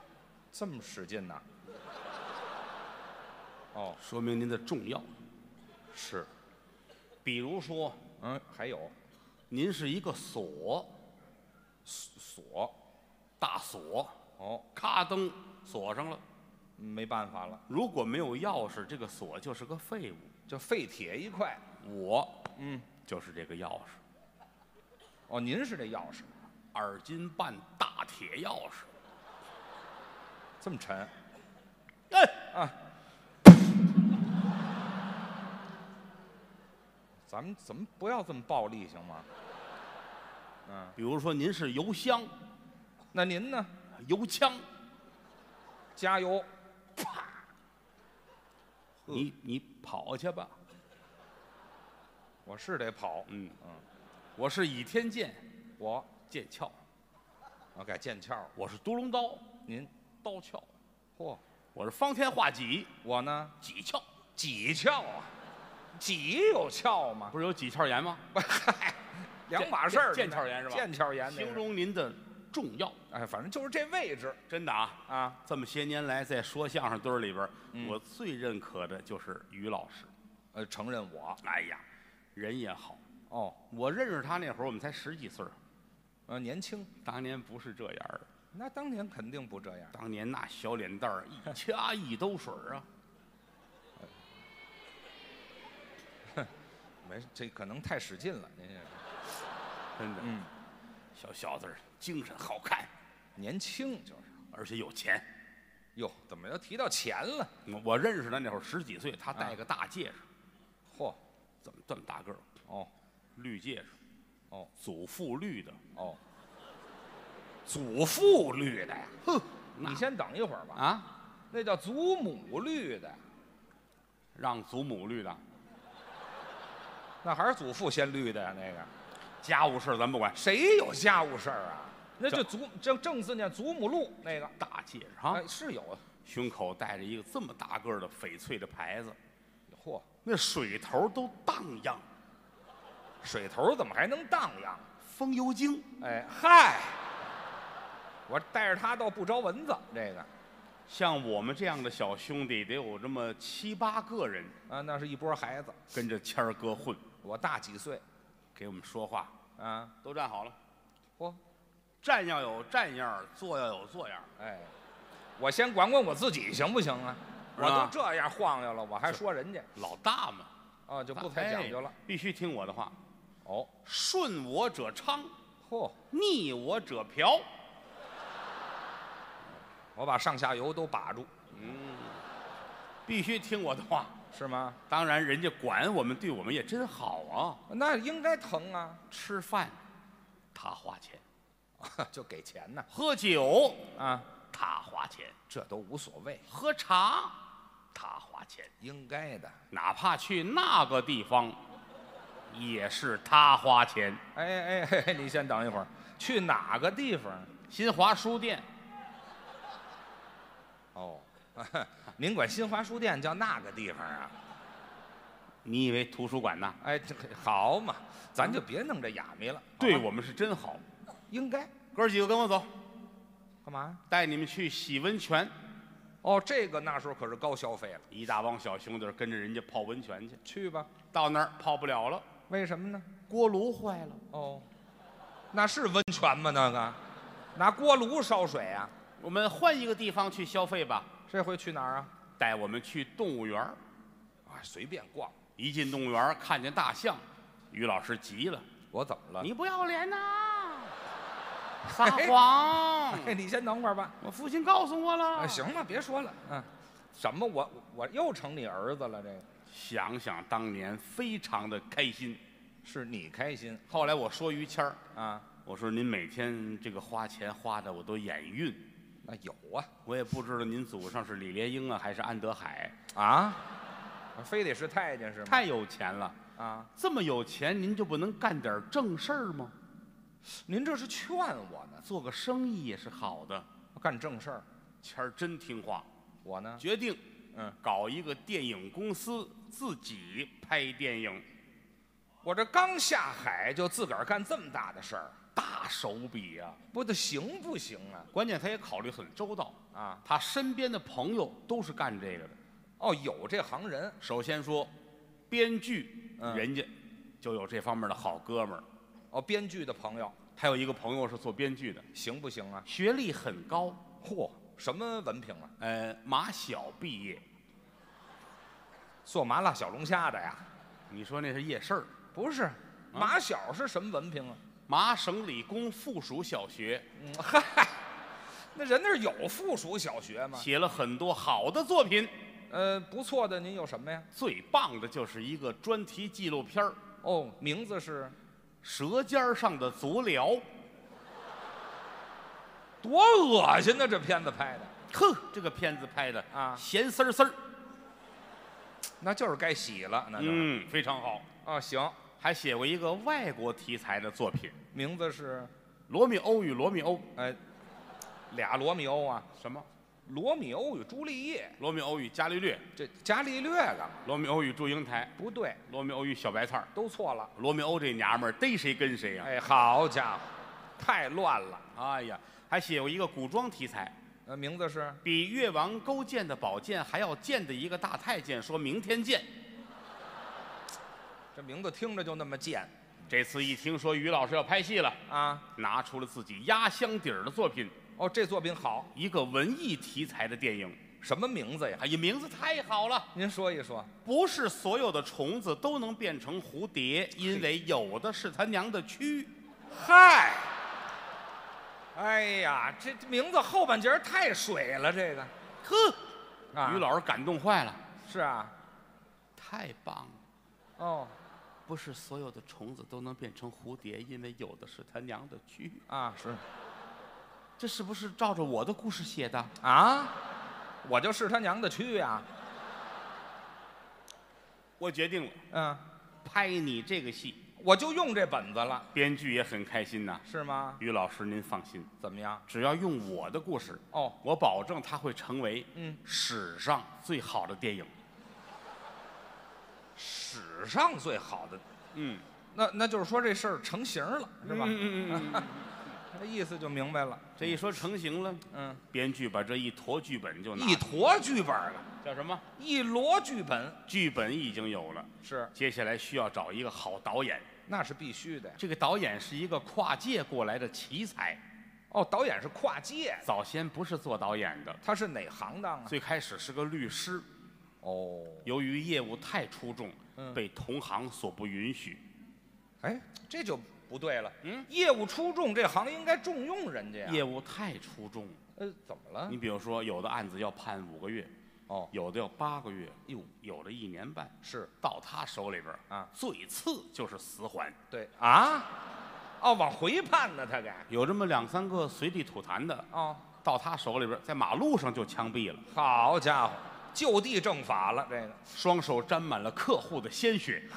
这么使劲呐？哦，
说明您的重要。
是，
比如说，
嗯，还有
您是一个锁，
锁，
大锁，
哦，
咔噔锁上了，
没办法了，
如果没有钥匙，这个锁就是个废物。
就废铁一块。
我
嗯，
就是这个钥匙，
哦，您是这钥匙，
二斤半大铁钥匙。
这么沉
哎，
啊？咱们怎么不要这么暴力行吗？嗯，
啊比如说您是油箱，
那您呢？
油枪。
加油！
你你跑去吧。
我是得跑，
嗯我是倚天剑，
我
剑鞘；
我改剑鞘，
我是独龙刀，
您
刀鞘；
嚯、
我是方天画戟，
我呢，
戟鞘。
几窍啊？几有窍吗？
不是有几窍炎吗？
嗨，两码事儿，
腱腱鞘炎是吧
腱鞘炎，
形，容您的重要，
哎，反正就是这位置
真的啊。
啊，
这么些年来，在说相声堆儿里边儿，
嗯
我最认可的就是于老师。
呃，承认我
哎呀，人也好。
哦，
我认识他那会儿，我们才十几岁儿
呃，年轻，
当年不是这样儿，
那当年肯定不这样，
当年那小脸蛋儿一掐一兜水儿啊，
没事，这可能太使劲了，您这是，
真的。
嗯，
小小子儿精神好看，
年轻就是，
而且有钱。
哟，怎么又提到钱了？
我我认识他那会儿十几岁，他戴个大戒指，
嚯，
怎么这么大个儿？
哦
绿戒指，
哦，
祖父绿的，
哦，祖父绿的呀，
哼，
你先等一会儿吧，
啊，
那叫祖母绿的，
让祖母绿的，
那还是祖父先绿的呀，那个
家务事儿咱不管，
谁有家务事儿啊？那
这
就祖正正字念祖母绿那个
大戒指啊，
哎，是有啊，
胸口戴着一个这么大个儿的翡翠的牌子，
嚯，
那水头都荡漾，
水头怎么还能荡漾？
风油精，
哎嗨，我带着它倒不招蚊子，这个
像我们这样的小兄弟得有这么七八个人
啊，那是一波孩子，
跟着谦儿哥混，
我大几岁
给我们说话，
啊，
都站好了，
嚯，
站要有站样儿，坐要有坐样儿，
哎，我先管管我自己行不行啊？
是
我
吧
都这样晃悠了，我还说人家
老大嘛，
啊，就不太讲究了
哎。，必须听我的话，
哦，
顺我者昌，
嚯，
逆我者嫖，
我把上下游都把住，
必须听我的话。
是吗？
当然，人家管我们，对我们也真好啊。
那应该疼啊，
吃饭，他花钱；
就给钱呢
喝酒，
啊，
他花钱；
这都无所谓，
喝茶，他花钱。
应该的。
哪怕去那个地方，也是他花钱。
哎哎嘿嘿，你先等一会儿，去哪个地方？
新华书店，
哦，您管新华书店叫那个地方啊？
你以为图书馆呢？
哎，这个好嘛，咱就别弄这哑谜了。好吧
对我们是真好。
应该
哥儿几个跟我走，
干嘛？
带你们去洗温泉。
哦，这个那时候可是高消费了，
一大帮小兄弟跟着人家泡温泉去，
去吧。
到那儿泡不了了，
为什么呢？
锅炉坏了。
哦，那是温泉吗？那个，拿锅炉烧水啊？
我们换一个地方去消费吧。
这回去哪儿啊？
带我们去动物园儿
啊，随便逛。
一进动物园儿看见大象，于老师急了
我怎么：“了？
你不要脸呐！ 撒谎！
哎，你先等会儿吧。
我父亲告诉我了
啊，。行了，别说了。嗯，什么？我我又成你儿子了？这个
想想当年，非常的开心。
是你开心
后来我说于谦儿，
啊？
我说您每天这个花钱花的我都眼晕，
那有啊
我也不知道您祖上是李莲英啊还是安德海，
啊，非得是太监是吗？
太有钱了。
啊，
这么有钱，您就不能干点正事儿吗？
您这是劝我呢，
做个生意也是好的。
干正事儿。
谦儿真听话，
我呢，
决定，
嗯，
搞一个电影公司，自己拍电影，
我这刚下海就自个儿干这么大的事儿，
大手笔呀、
不得行不行啊？
关键他也考虑很周到，
啊，
他身边的朋友都是干这个的。
哦，有这行人，
首先说，编剧，
嗯
人家就有这方面的好哥们儿。
哦，编剧的朋友
他有一个朋友是做编剧的，
行不行啊？
学历很高，
嚯，什么文凭啊？
呃，马小毕业。
做麻辣小龙虾的呀？啊
你说那是夜市儿？
不是，马小是什么文凭啊？
麻省理工附属小学
嗯，嗨，那人那儿有附属小学吗？
写了很多好的作品，
呃，不错的，您有什么呀？
最棒的就是一个专题纪录片儿《
哦，名字是
舌尖上的足疗》。
多恶心呢！这片子拍的，
哼，这个片子拍的
啊
咸丝儿丝儿，
那就是该洗了，那就、是
嗯，非常好。
啊，行，
还写过一个外国题材的作品《
名字是呃
罗密欧与罗密欧》，
哎，俩罗密欧啊，
什么？
罗密欧与朱丽叶，
罗密欧与伽利略，
这伽利略干嘛？
罗密欧与祝英台，
不对，
罗密欧与小白菜儿，
都错了。
罗密欧这娘们儿逮谁跟谁呀、
哎，好家伙，太乱了。
哎呀，还写过一个古装题材，
呃，名字是
比越王勾践的宝剑还要贱的一个大太监，说明天见。
这名字听着就那么贱
这次一听说于老师要拍戏了，
啊。
拿出了自己压箱底儿的作品，
哦，这作品好，
一个文艺题材的电影。
什么名字呀？
哎呀，名字太好了！
您说一说。
不是所有的虫子都能变成蝴蝶，因为有的是他娘的蛆。
嗨，哎呀，这这名字后半截儿太水了，这个
呵，
啊
于老师感动坏了，
是啊，
太棒了！
哦
不是所有的虫子都能变成蝴蝶，因为有的是他娘的蛆。
啊是
这是不是照着我的故事写的？
啊，我就是他娘的蛆呀、
我决定了，
嗯，
拍你这个戏。
我就用这本子了，
编剧也很开心呐、
是吗？
于老师，您放心，
怎么样？
只要用我的故事，
哦，
我保证它会成为
嗯
史上最好的电影。
史上最好的，
嗯，
那那就是说这事儿成型了，是吧？
嗯嗯嗯嗯
那意思就明白了。
这一说成型了，
嗯，
编剧把这一坨剧本就拿
一坨剧本了，
叫什么？
一摞剧本
剧本已经有了，
是，
接下来需要找一个好导演。
那是必须的呀。
这个导演是一个跨界过来的奇才，
哦，导演是跨界，
早先不是做导演的，
他是哪行当啊？
最开始是个律师，
哦，
由于业务太出众，
嗯
被同行所不允许。
哎，这就不对了。
嗯，
业务出众，这行应该重用人家呀。
业务太出众，
呃，怎么了
你？比如说，有的案子要判五个月，
哦，
有的要八个月，
哟，
有的一年半，
是
到他手里边儿
啊，
最次就是死缓。
对啊，哦，往回判呢，他给。
有这么两三个随地吐痰的，
哦，
到他手里边儿，在马路上就枪毙了，
好家伙，就地正法了，这个
双手沾满了客户的鲜血，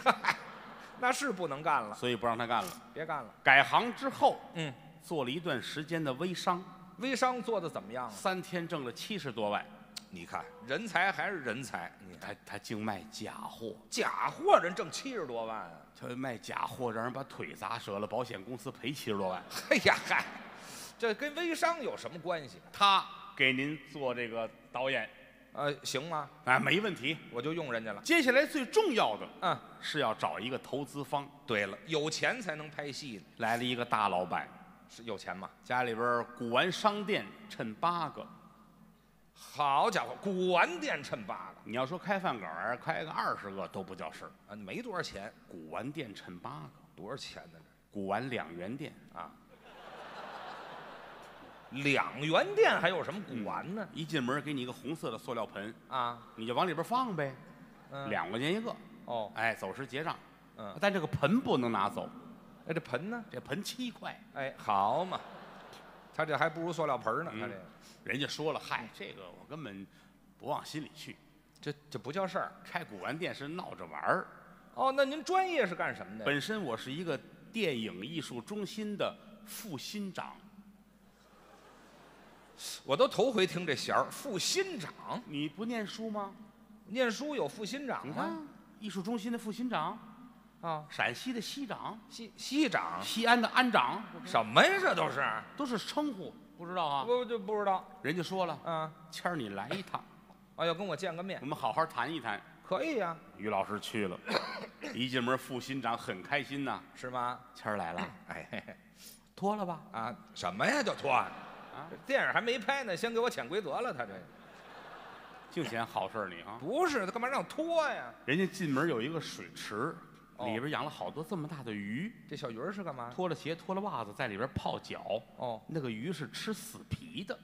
那是不能干了，
所以不让他干了。
别干了。
改行之后，
嗯，
做了一段时间的微商，
微商做的怎么样啊？
三天挣了七十多万。
你看，人才还是人才，你看
他他净卖假货，
假货人挣七十多万啊！
他卖假货让人把腿砸折了，保险公司赔七十多万。
哎呀嗨，这跟微商有什么关系？
他给您做这个导演，
呃，行吗？
啊，没问题。
我就用人家了。
接下来最重要的
嗯，
是要找一个投资方。
对了，有钱才能拍戏呢，
来了一个大老板，
是有钱吗？
家里边古玩商店趁八个。
好家伙，古玩店趁八个
你要说开饭馆儿，开个二十个都不叫事儿。
啊，没多少钱，
古玩店趁八个，
多少钱呢？
古玩两元店，
这啊，两元店还有什么古玩呢？
一进门给你一个红色的塑料盆，
啊，
你就往里边放呗，
嗯
两块钱一个。
哦，
哎，走时结账。啊
嗯，
但这个盆不能拿走，
哎，这盆呢？
这盆七块。
哎，好嘛，他这还不如塑料盆呢，
嗯
他这个
人家说了，嗨，这个我根本不往心里去。
这这不叫事儿。
开古玩店是闹着玩儿，
哦，那您专业是干什么的？
本身我是一个电影艺术中心的副新长，
我都头回听这弦儿，副新长，
你不念书吗？
念书有副新长
你
吗？
看，艺术中心的副新长，
啊，
陕西的西长，
西西长，
西安的安长，
什么呀？这都是，
都是称呼，不知道啊？
我就不知道
人家说了，
啊。
谦儿你来一趟，
啊，要跟我见个面
我，们好好谈一谈。
可以呀、
于老师去 了，一进门副新长很开心呐，
是吗？
谦儿来 了，
哎嘿嘿
脱了吧，
啊，什么呀，就脱啊？这电影还没拍呢，先给我潜规则了，他这
净嫌好事儿你啊！
不是他干嘛让脱呀？
人家进门有一个水池，
哦
里边养了好多这么大的鱼，
这小鱼儿是干嘛？
脱了鞋脱了袜子在里边泡脚，
哦
那个鱼是吃死皮的，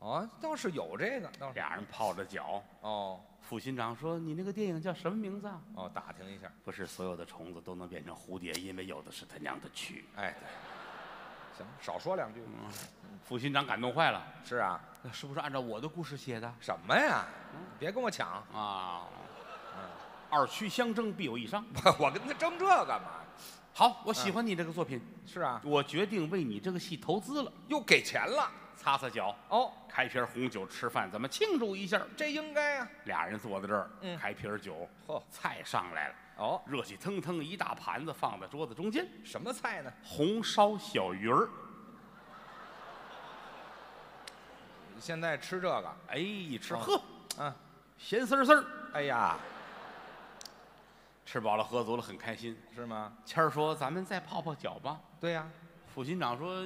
哦，倒是有这个，倒是
俩人泡着脚。
哦
副新长说：“你那个电影叫什么名字啊
哦，打听一下，？”
不是所有的虫子都能变成蝴蝶，因为有的是他娘的蛆。
哎，对，行，少说两句。
副新长感动坏了，
是啊，
是不是按照我的故事写的
什么呀？别跟我抢，
啊？二蛆相争，必有一伤。
我我跟他争这干嘛？
好，我喜欢你这个作品，
是啊，
我决定为你这个戏投资了。
又给钱了，
擦擦脚，
哦，
开瓶红酒吃饭，咱们庆祝一下。
这应该啊。
俩人坐在这儿，
嗯
开瓶酒，
嚯
菜上来了，
哦，
热气腾腾一大盘子放在桌子中间，
什么菜呢？
红烧小鱼儿，
你现在吃这个？
哎，一吃
哦
呵，
嗯，
咸丝丝儿，
哎呀，
吃饱了喝足了，很开心。
是吗？
谦儿说：“咱们再泡泡脚吧。
对呀、”
副军长说：“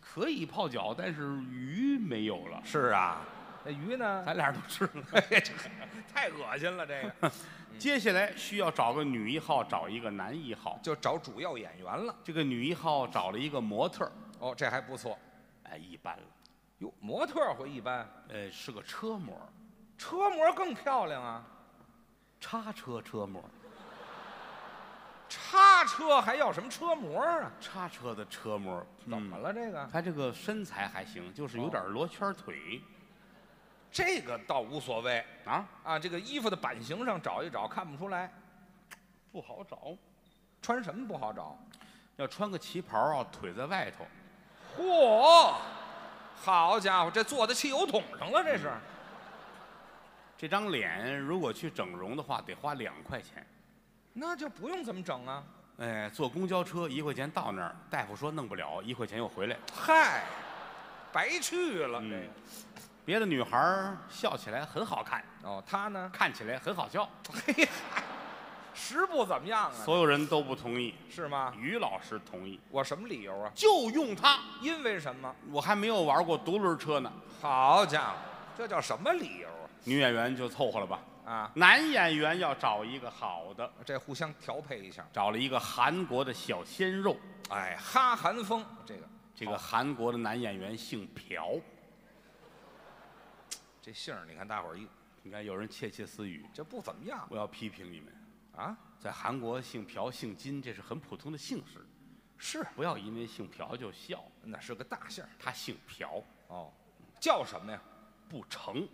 可以泡脚，但是鱼没有了。
是啊。那鱼呢？
咱俩都吃了。
哎这太恶心了，这个
接下来需要找个女一号，找一个男一号。
就找主要演员了。
这个女一号找了一个模特儿，
哦，这还不错。
哎，一般了。
哟，模特儿会一般，
呃，是个车模，
车模更漂亮啊。
叉车车模，
叉车还要什么车模啊？
叉车的车模。
怎么了这个？
他这个身材还行，就是有点罗圈腿
这个倒无所谓
啊，
啊，这个衣服的版型上找一找，看不出来，
不好找。
穿什么不好找。
要穿个旗袍啊，腿在外头。
嚯，好家伙，这坐在汽油桶上了，这是。
这张脸如果去整容的话，得花两块钱。
那就不用怎么整啊。
哎，坐公交车一块钱到那儿，大夫说弄不了，一块钱又回来。
嗨，白去了。
嗯，别的女孩儿笑起来很好看，
哦，他呢？
看起来很好笑，
嘿，食不怎么样啊？
所有人都不同意。
是吗？
于老师同意，
我什么理由啊？
就用它。
因为什么？
我还没有玩过独轮车呢。
好家伙，这叫什么理由
女演员就凑合了吧。
啊？啊，
男演员要找一个好的，
这互相调配一下。
找了一个韩国的小鲜肉。
哎，哈韩风这个
这个韩国的男演员姓朴。
这姓儿，你看大伙儿一
你看，有人窃窃私语，
这不怎么样
我要批评你们。
啊？
在韩国姓朴姓金，这是很普通的姓氏，
是，
不要因为姓朴就笑。
那是个大姓儿
他姓朴，
哦，叫什么呀？
不成。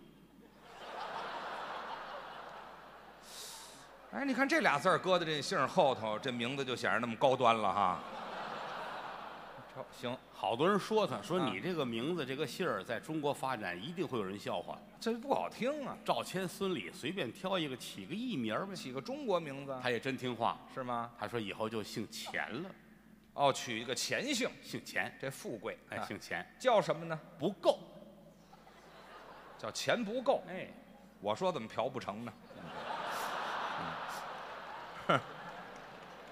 哎，你看这俩字儿搁在这姓儿后头，这名字就显得那么高端了 哈。这行，
好多人说他，说
啊
你这个名字、这个姓儿，在中国发展一定会有人笑话。
这不好听啊，
赵钱孙李随便挑一个，起个艺名儿呗。
起个中国名字
他也真听话，
是吗？
他说以后就姓钱了，
哦，取一个钱姓，
姓钱，
这富贵，
哎，
啊
姓钱
叫什么呢？
不够，
叫钱不够。
哎，
我说怎么嫖不成呢？
嗯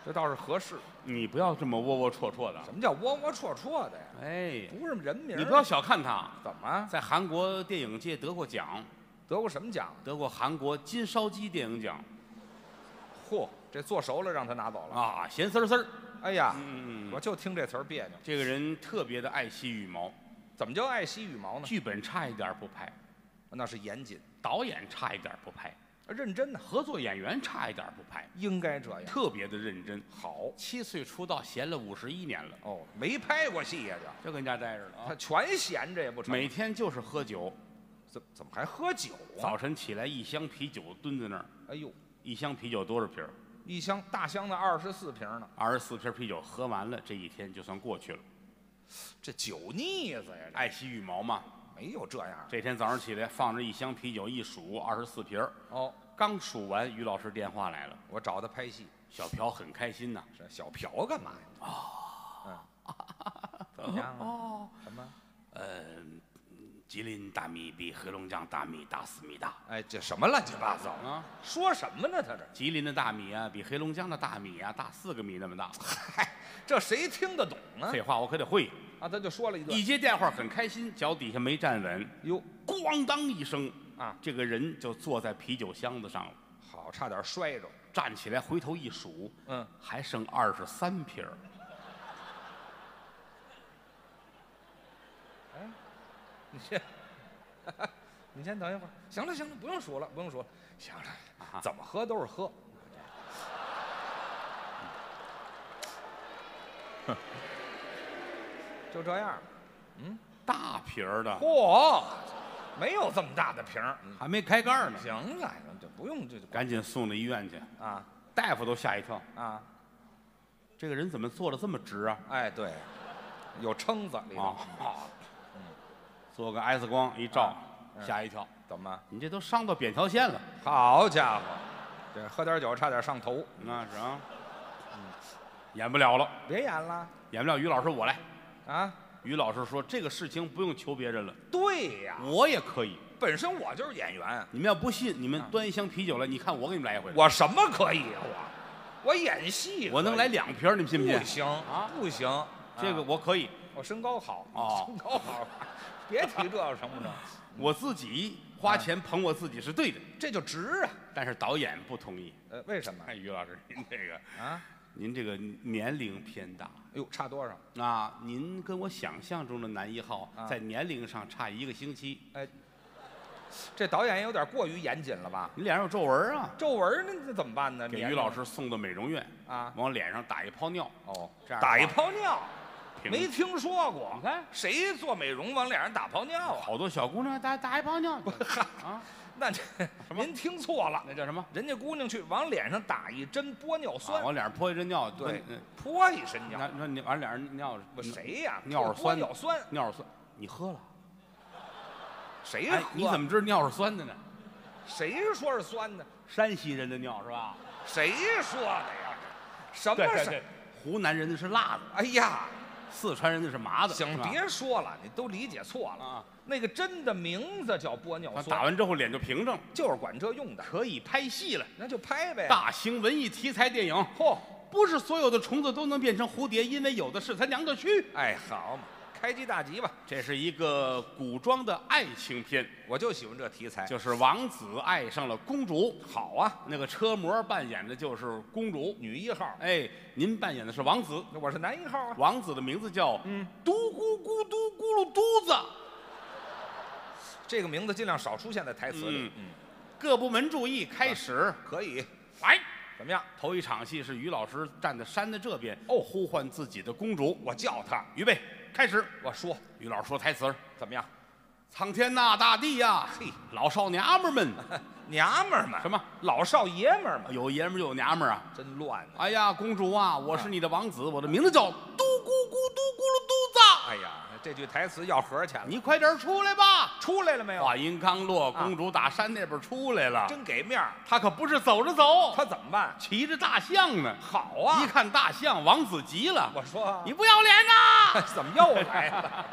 这倒是合适。
你不要这么窝窝戳戳的
什，么叫窝窝戳戳的呀？
哎，
不是人名儿。
你不要小看他，
怎么啊
在韩国电影界得过奖，
得过什么奖？
得过韩国金烧鸡电影奖
嚯，这做熟了让他拿走了。
啊，咸丝丝儿。
哎呀，
嗯，
我就听这词儿别扭。
这个人特别的爱惜羽毛，
怎么叫爱惜羽毛呢？
剧本差一点不拍，
那是严谨，
导演差一点不拍，
认真呢、
合作演员差一点不拍，
应该这样。
特别的认真。
好
七岁出道，闲了五十一年了，
哦，没拍过戏呀、
就跟家待着了
这他
啊。
全闲着也不成。
每天就是喝酒，
怎怎么还喝酒啊？
早晨起来一箱啤酒蹲在那儿，
哎呦，
一箱啤酒多少瓶儿？
一箱大箱的二十四瓶呢，
二十四瓶啤酒喝完了，这一天就算过去了。
这酒腻子呀，这
爱惜羽毛嘛，
没有这样的
这天早上起来放着一箱啤酒，一数二十四瓶儿
哦。
刚数完，于老师电话来了，
我找他拍戏，
小朴很开心呐、
这小嫖干嘛呀？嗯， 怎么样啊？
哦，
什么？
呃，吉林大米比黑龙江大米大四米大
哎，这什么乱七八糟
啊！
说什么呢？他这，
吉林的大米啊，比黑龙江的大米啊大四个米那么大。
嗨，这谁听得懂啊？
废话，我可得会。
啊，他就说了一
一
顿，
接电话很开心，脚底下没站稳，
哟，
咣当一声
啊，
这个人就坐在啤酒箱子上了。
好，差点摔着。
站起来回头一数，
嗯，
还剩二十三瓶儿
你先， 你先等一会儿。行了行了，不用数了，不用数了。行了，怎么喝都是喝。就这样，
大瓶儿的，
嚯，没有这么大的瓶儿。
还没开盖儿呢，
行了，这不用这
赶紧送到医院去。
啊
大夫都吓一跳，
啊！哎
这个人怎么坐的这么直啊？哦
哎，对，有撑子里头。
啊，做个 X 光一照
啊，嗯
吓一跳，
怎么？
你这都伤到扁桃腺了，
好家伙，这喝点酒差点上头，
那是啊，
嗯
演不了了，
别演了
演不了。于老师，我来。
啊！
于老师说这个事情不用求别人了，
对呀，
我也可以。
本身我就是演员，
你们要不信，你们端一箱啤酒来，你看我给你们来一回。
嗯我什么可以呀？我我演戏可以，
我能来两瓶儿，你们信不信
不？行
啊
不行，
这个
啊
我可以，
我身高好
哦
身高好，别提这成不成？
我自己
啊
花钱捧我自己是对的，
这就值啊！
但是导演不同意。
呃，为什么
哎，于老师，您这个
啊？
您这个年龄偏大
哎呦，差多少？
啊，您跟我想象中的男一号
啊
在年龄上差一个星期，
这导演有点过于严谨了吧？
你脸上有皱纹啊，
皱纹呢？那怎么办呢？
给
粘
于
上
老师送到美容院，
啊，
往脸上打一泡尿，
哦，
这样
打一
的话
泡尿，
平
没听说过。
你看
谁做美容往脸上打泡尿啊？
好多小姑娘打打一泡 尿啊，
那这
么
您听错了，
那叫什 么？
人家姑娘去往脸上打一针玻尿
啊
酸，
往脸上泼一针尿，
对
嗯，
泼一身
那
尿。
那你往脸上尿，
我呃谁呀？
嗯尿
泼
酸
玻尿酸，
尿是酸，你喝了？
谁
哎
喝，
你怎么知道尿是酸的呢？
谁说是酸的？
山西人的尿是吧？
谁说的呀？什么是？，
湖南人的是辣的，
哎呀，
四川人的是麻的。
行
是，吧
别说了，你都理解错了。
啊，
那个针的名字叫玻尿
打
酸，
完之后脸就平整了，
就是管这用的，
啊可以拍戏了。
那就拍呗。
大型文艺题材电影，
嚯，
不是所有的虫子都能变成蝴蝶，因为有的是它娘的蛆。
哎，好嘛，开机大吉吧，
这是一个古装的爱情片，
我就喜欢这题材。
就是王子爱上了公主。
好啊，
那个车模扮演的就是公主，
女一号，
哎，您扮演的是王子。
那我是男一号啊。
王子的名字叫
嗯，
嘟咕咕嘟咕噜嘟子。
这个名字尽量少出现在台词里。嗯，
各部门注意，开始，
可以，
来。
怎么样？
头一场戏是于老师站在山的这边，
哦
呼唤自己的公主。
我叫他，
预备，开始。
我说
于老师说台词儿
怎么样？：“
苍天呐，大地呀、
嘿
老少娘们儿 们，
娘们儿们，
什么
老少爷们儿们，
有爷们儿有娘们儿啊！
真乱啊！
哎呀，公主啊，我是你的王子，我的名字叫嘟咕咕嘟咕噜嘟子，
哎呀，这句台词要盒钱了。
你快点儿出来吧。”
出来了没有？
话音刚落，
啊
公主打山那边出来了。
真给面儿，
她可不是走着走，
他怎么办？
骑着大象呢。
好啊
一！看大象，王子急了，
我说
你不要脸呐！
怎么又来了？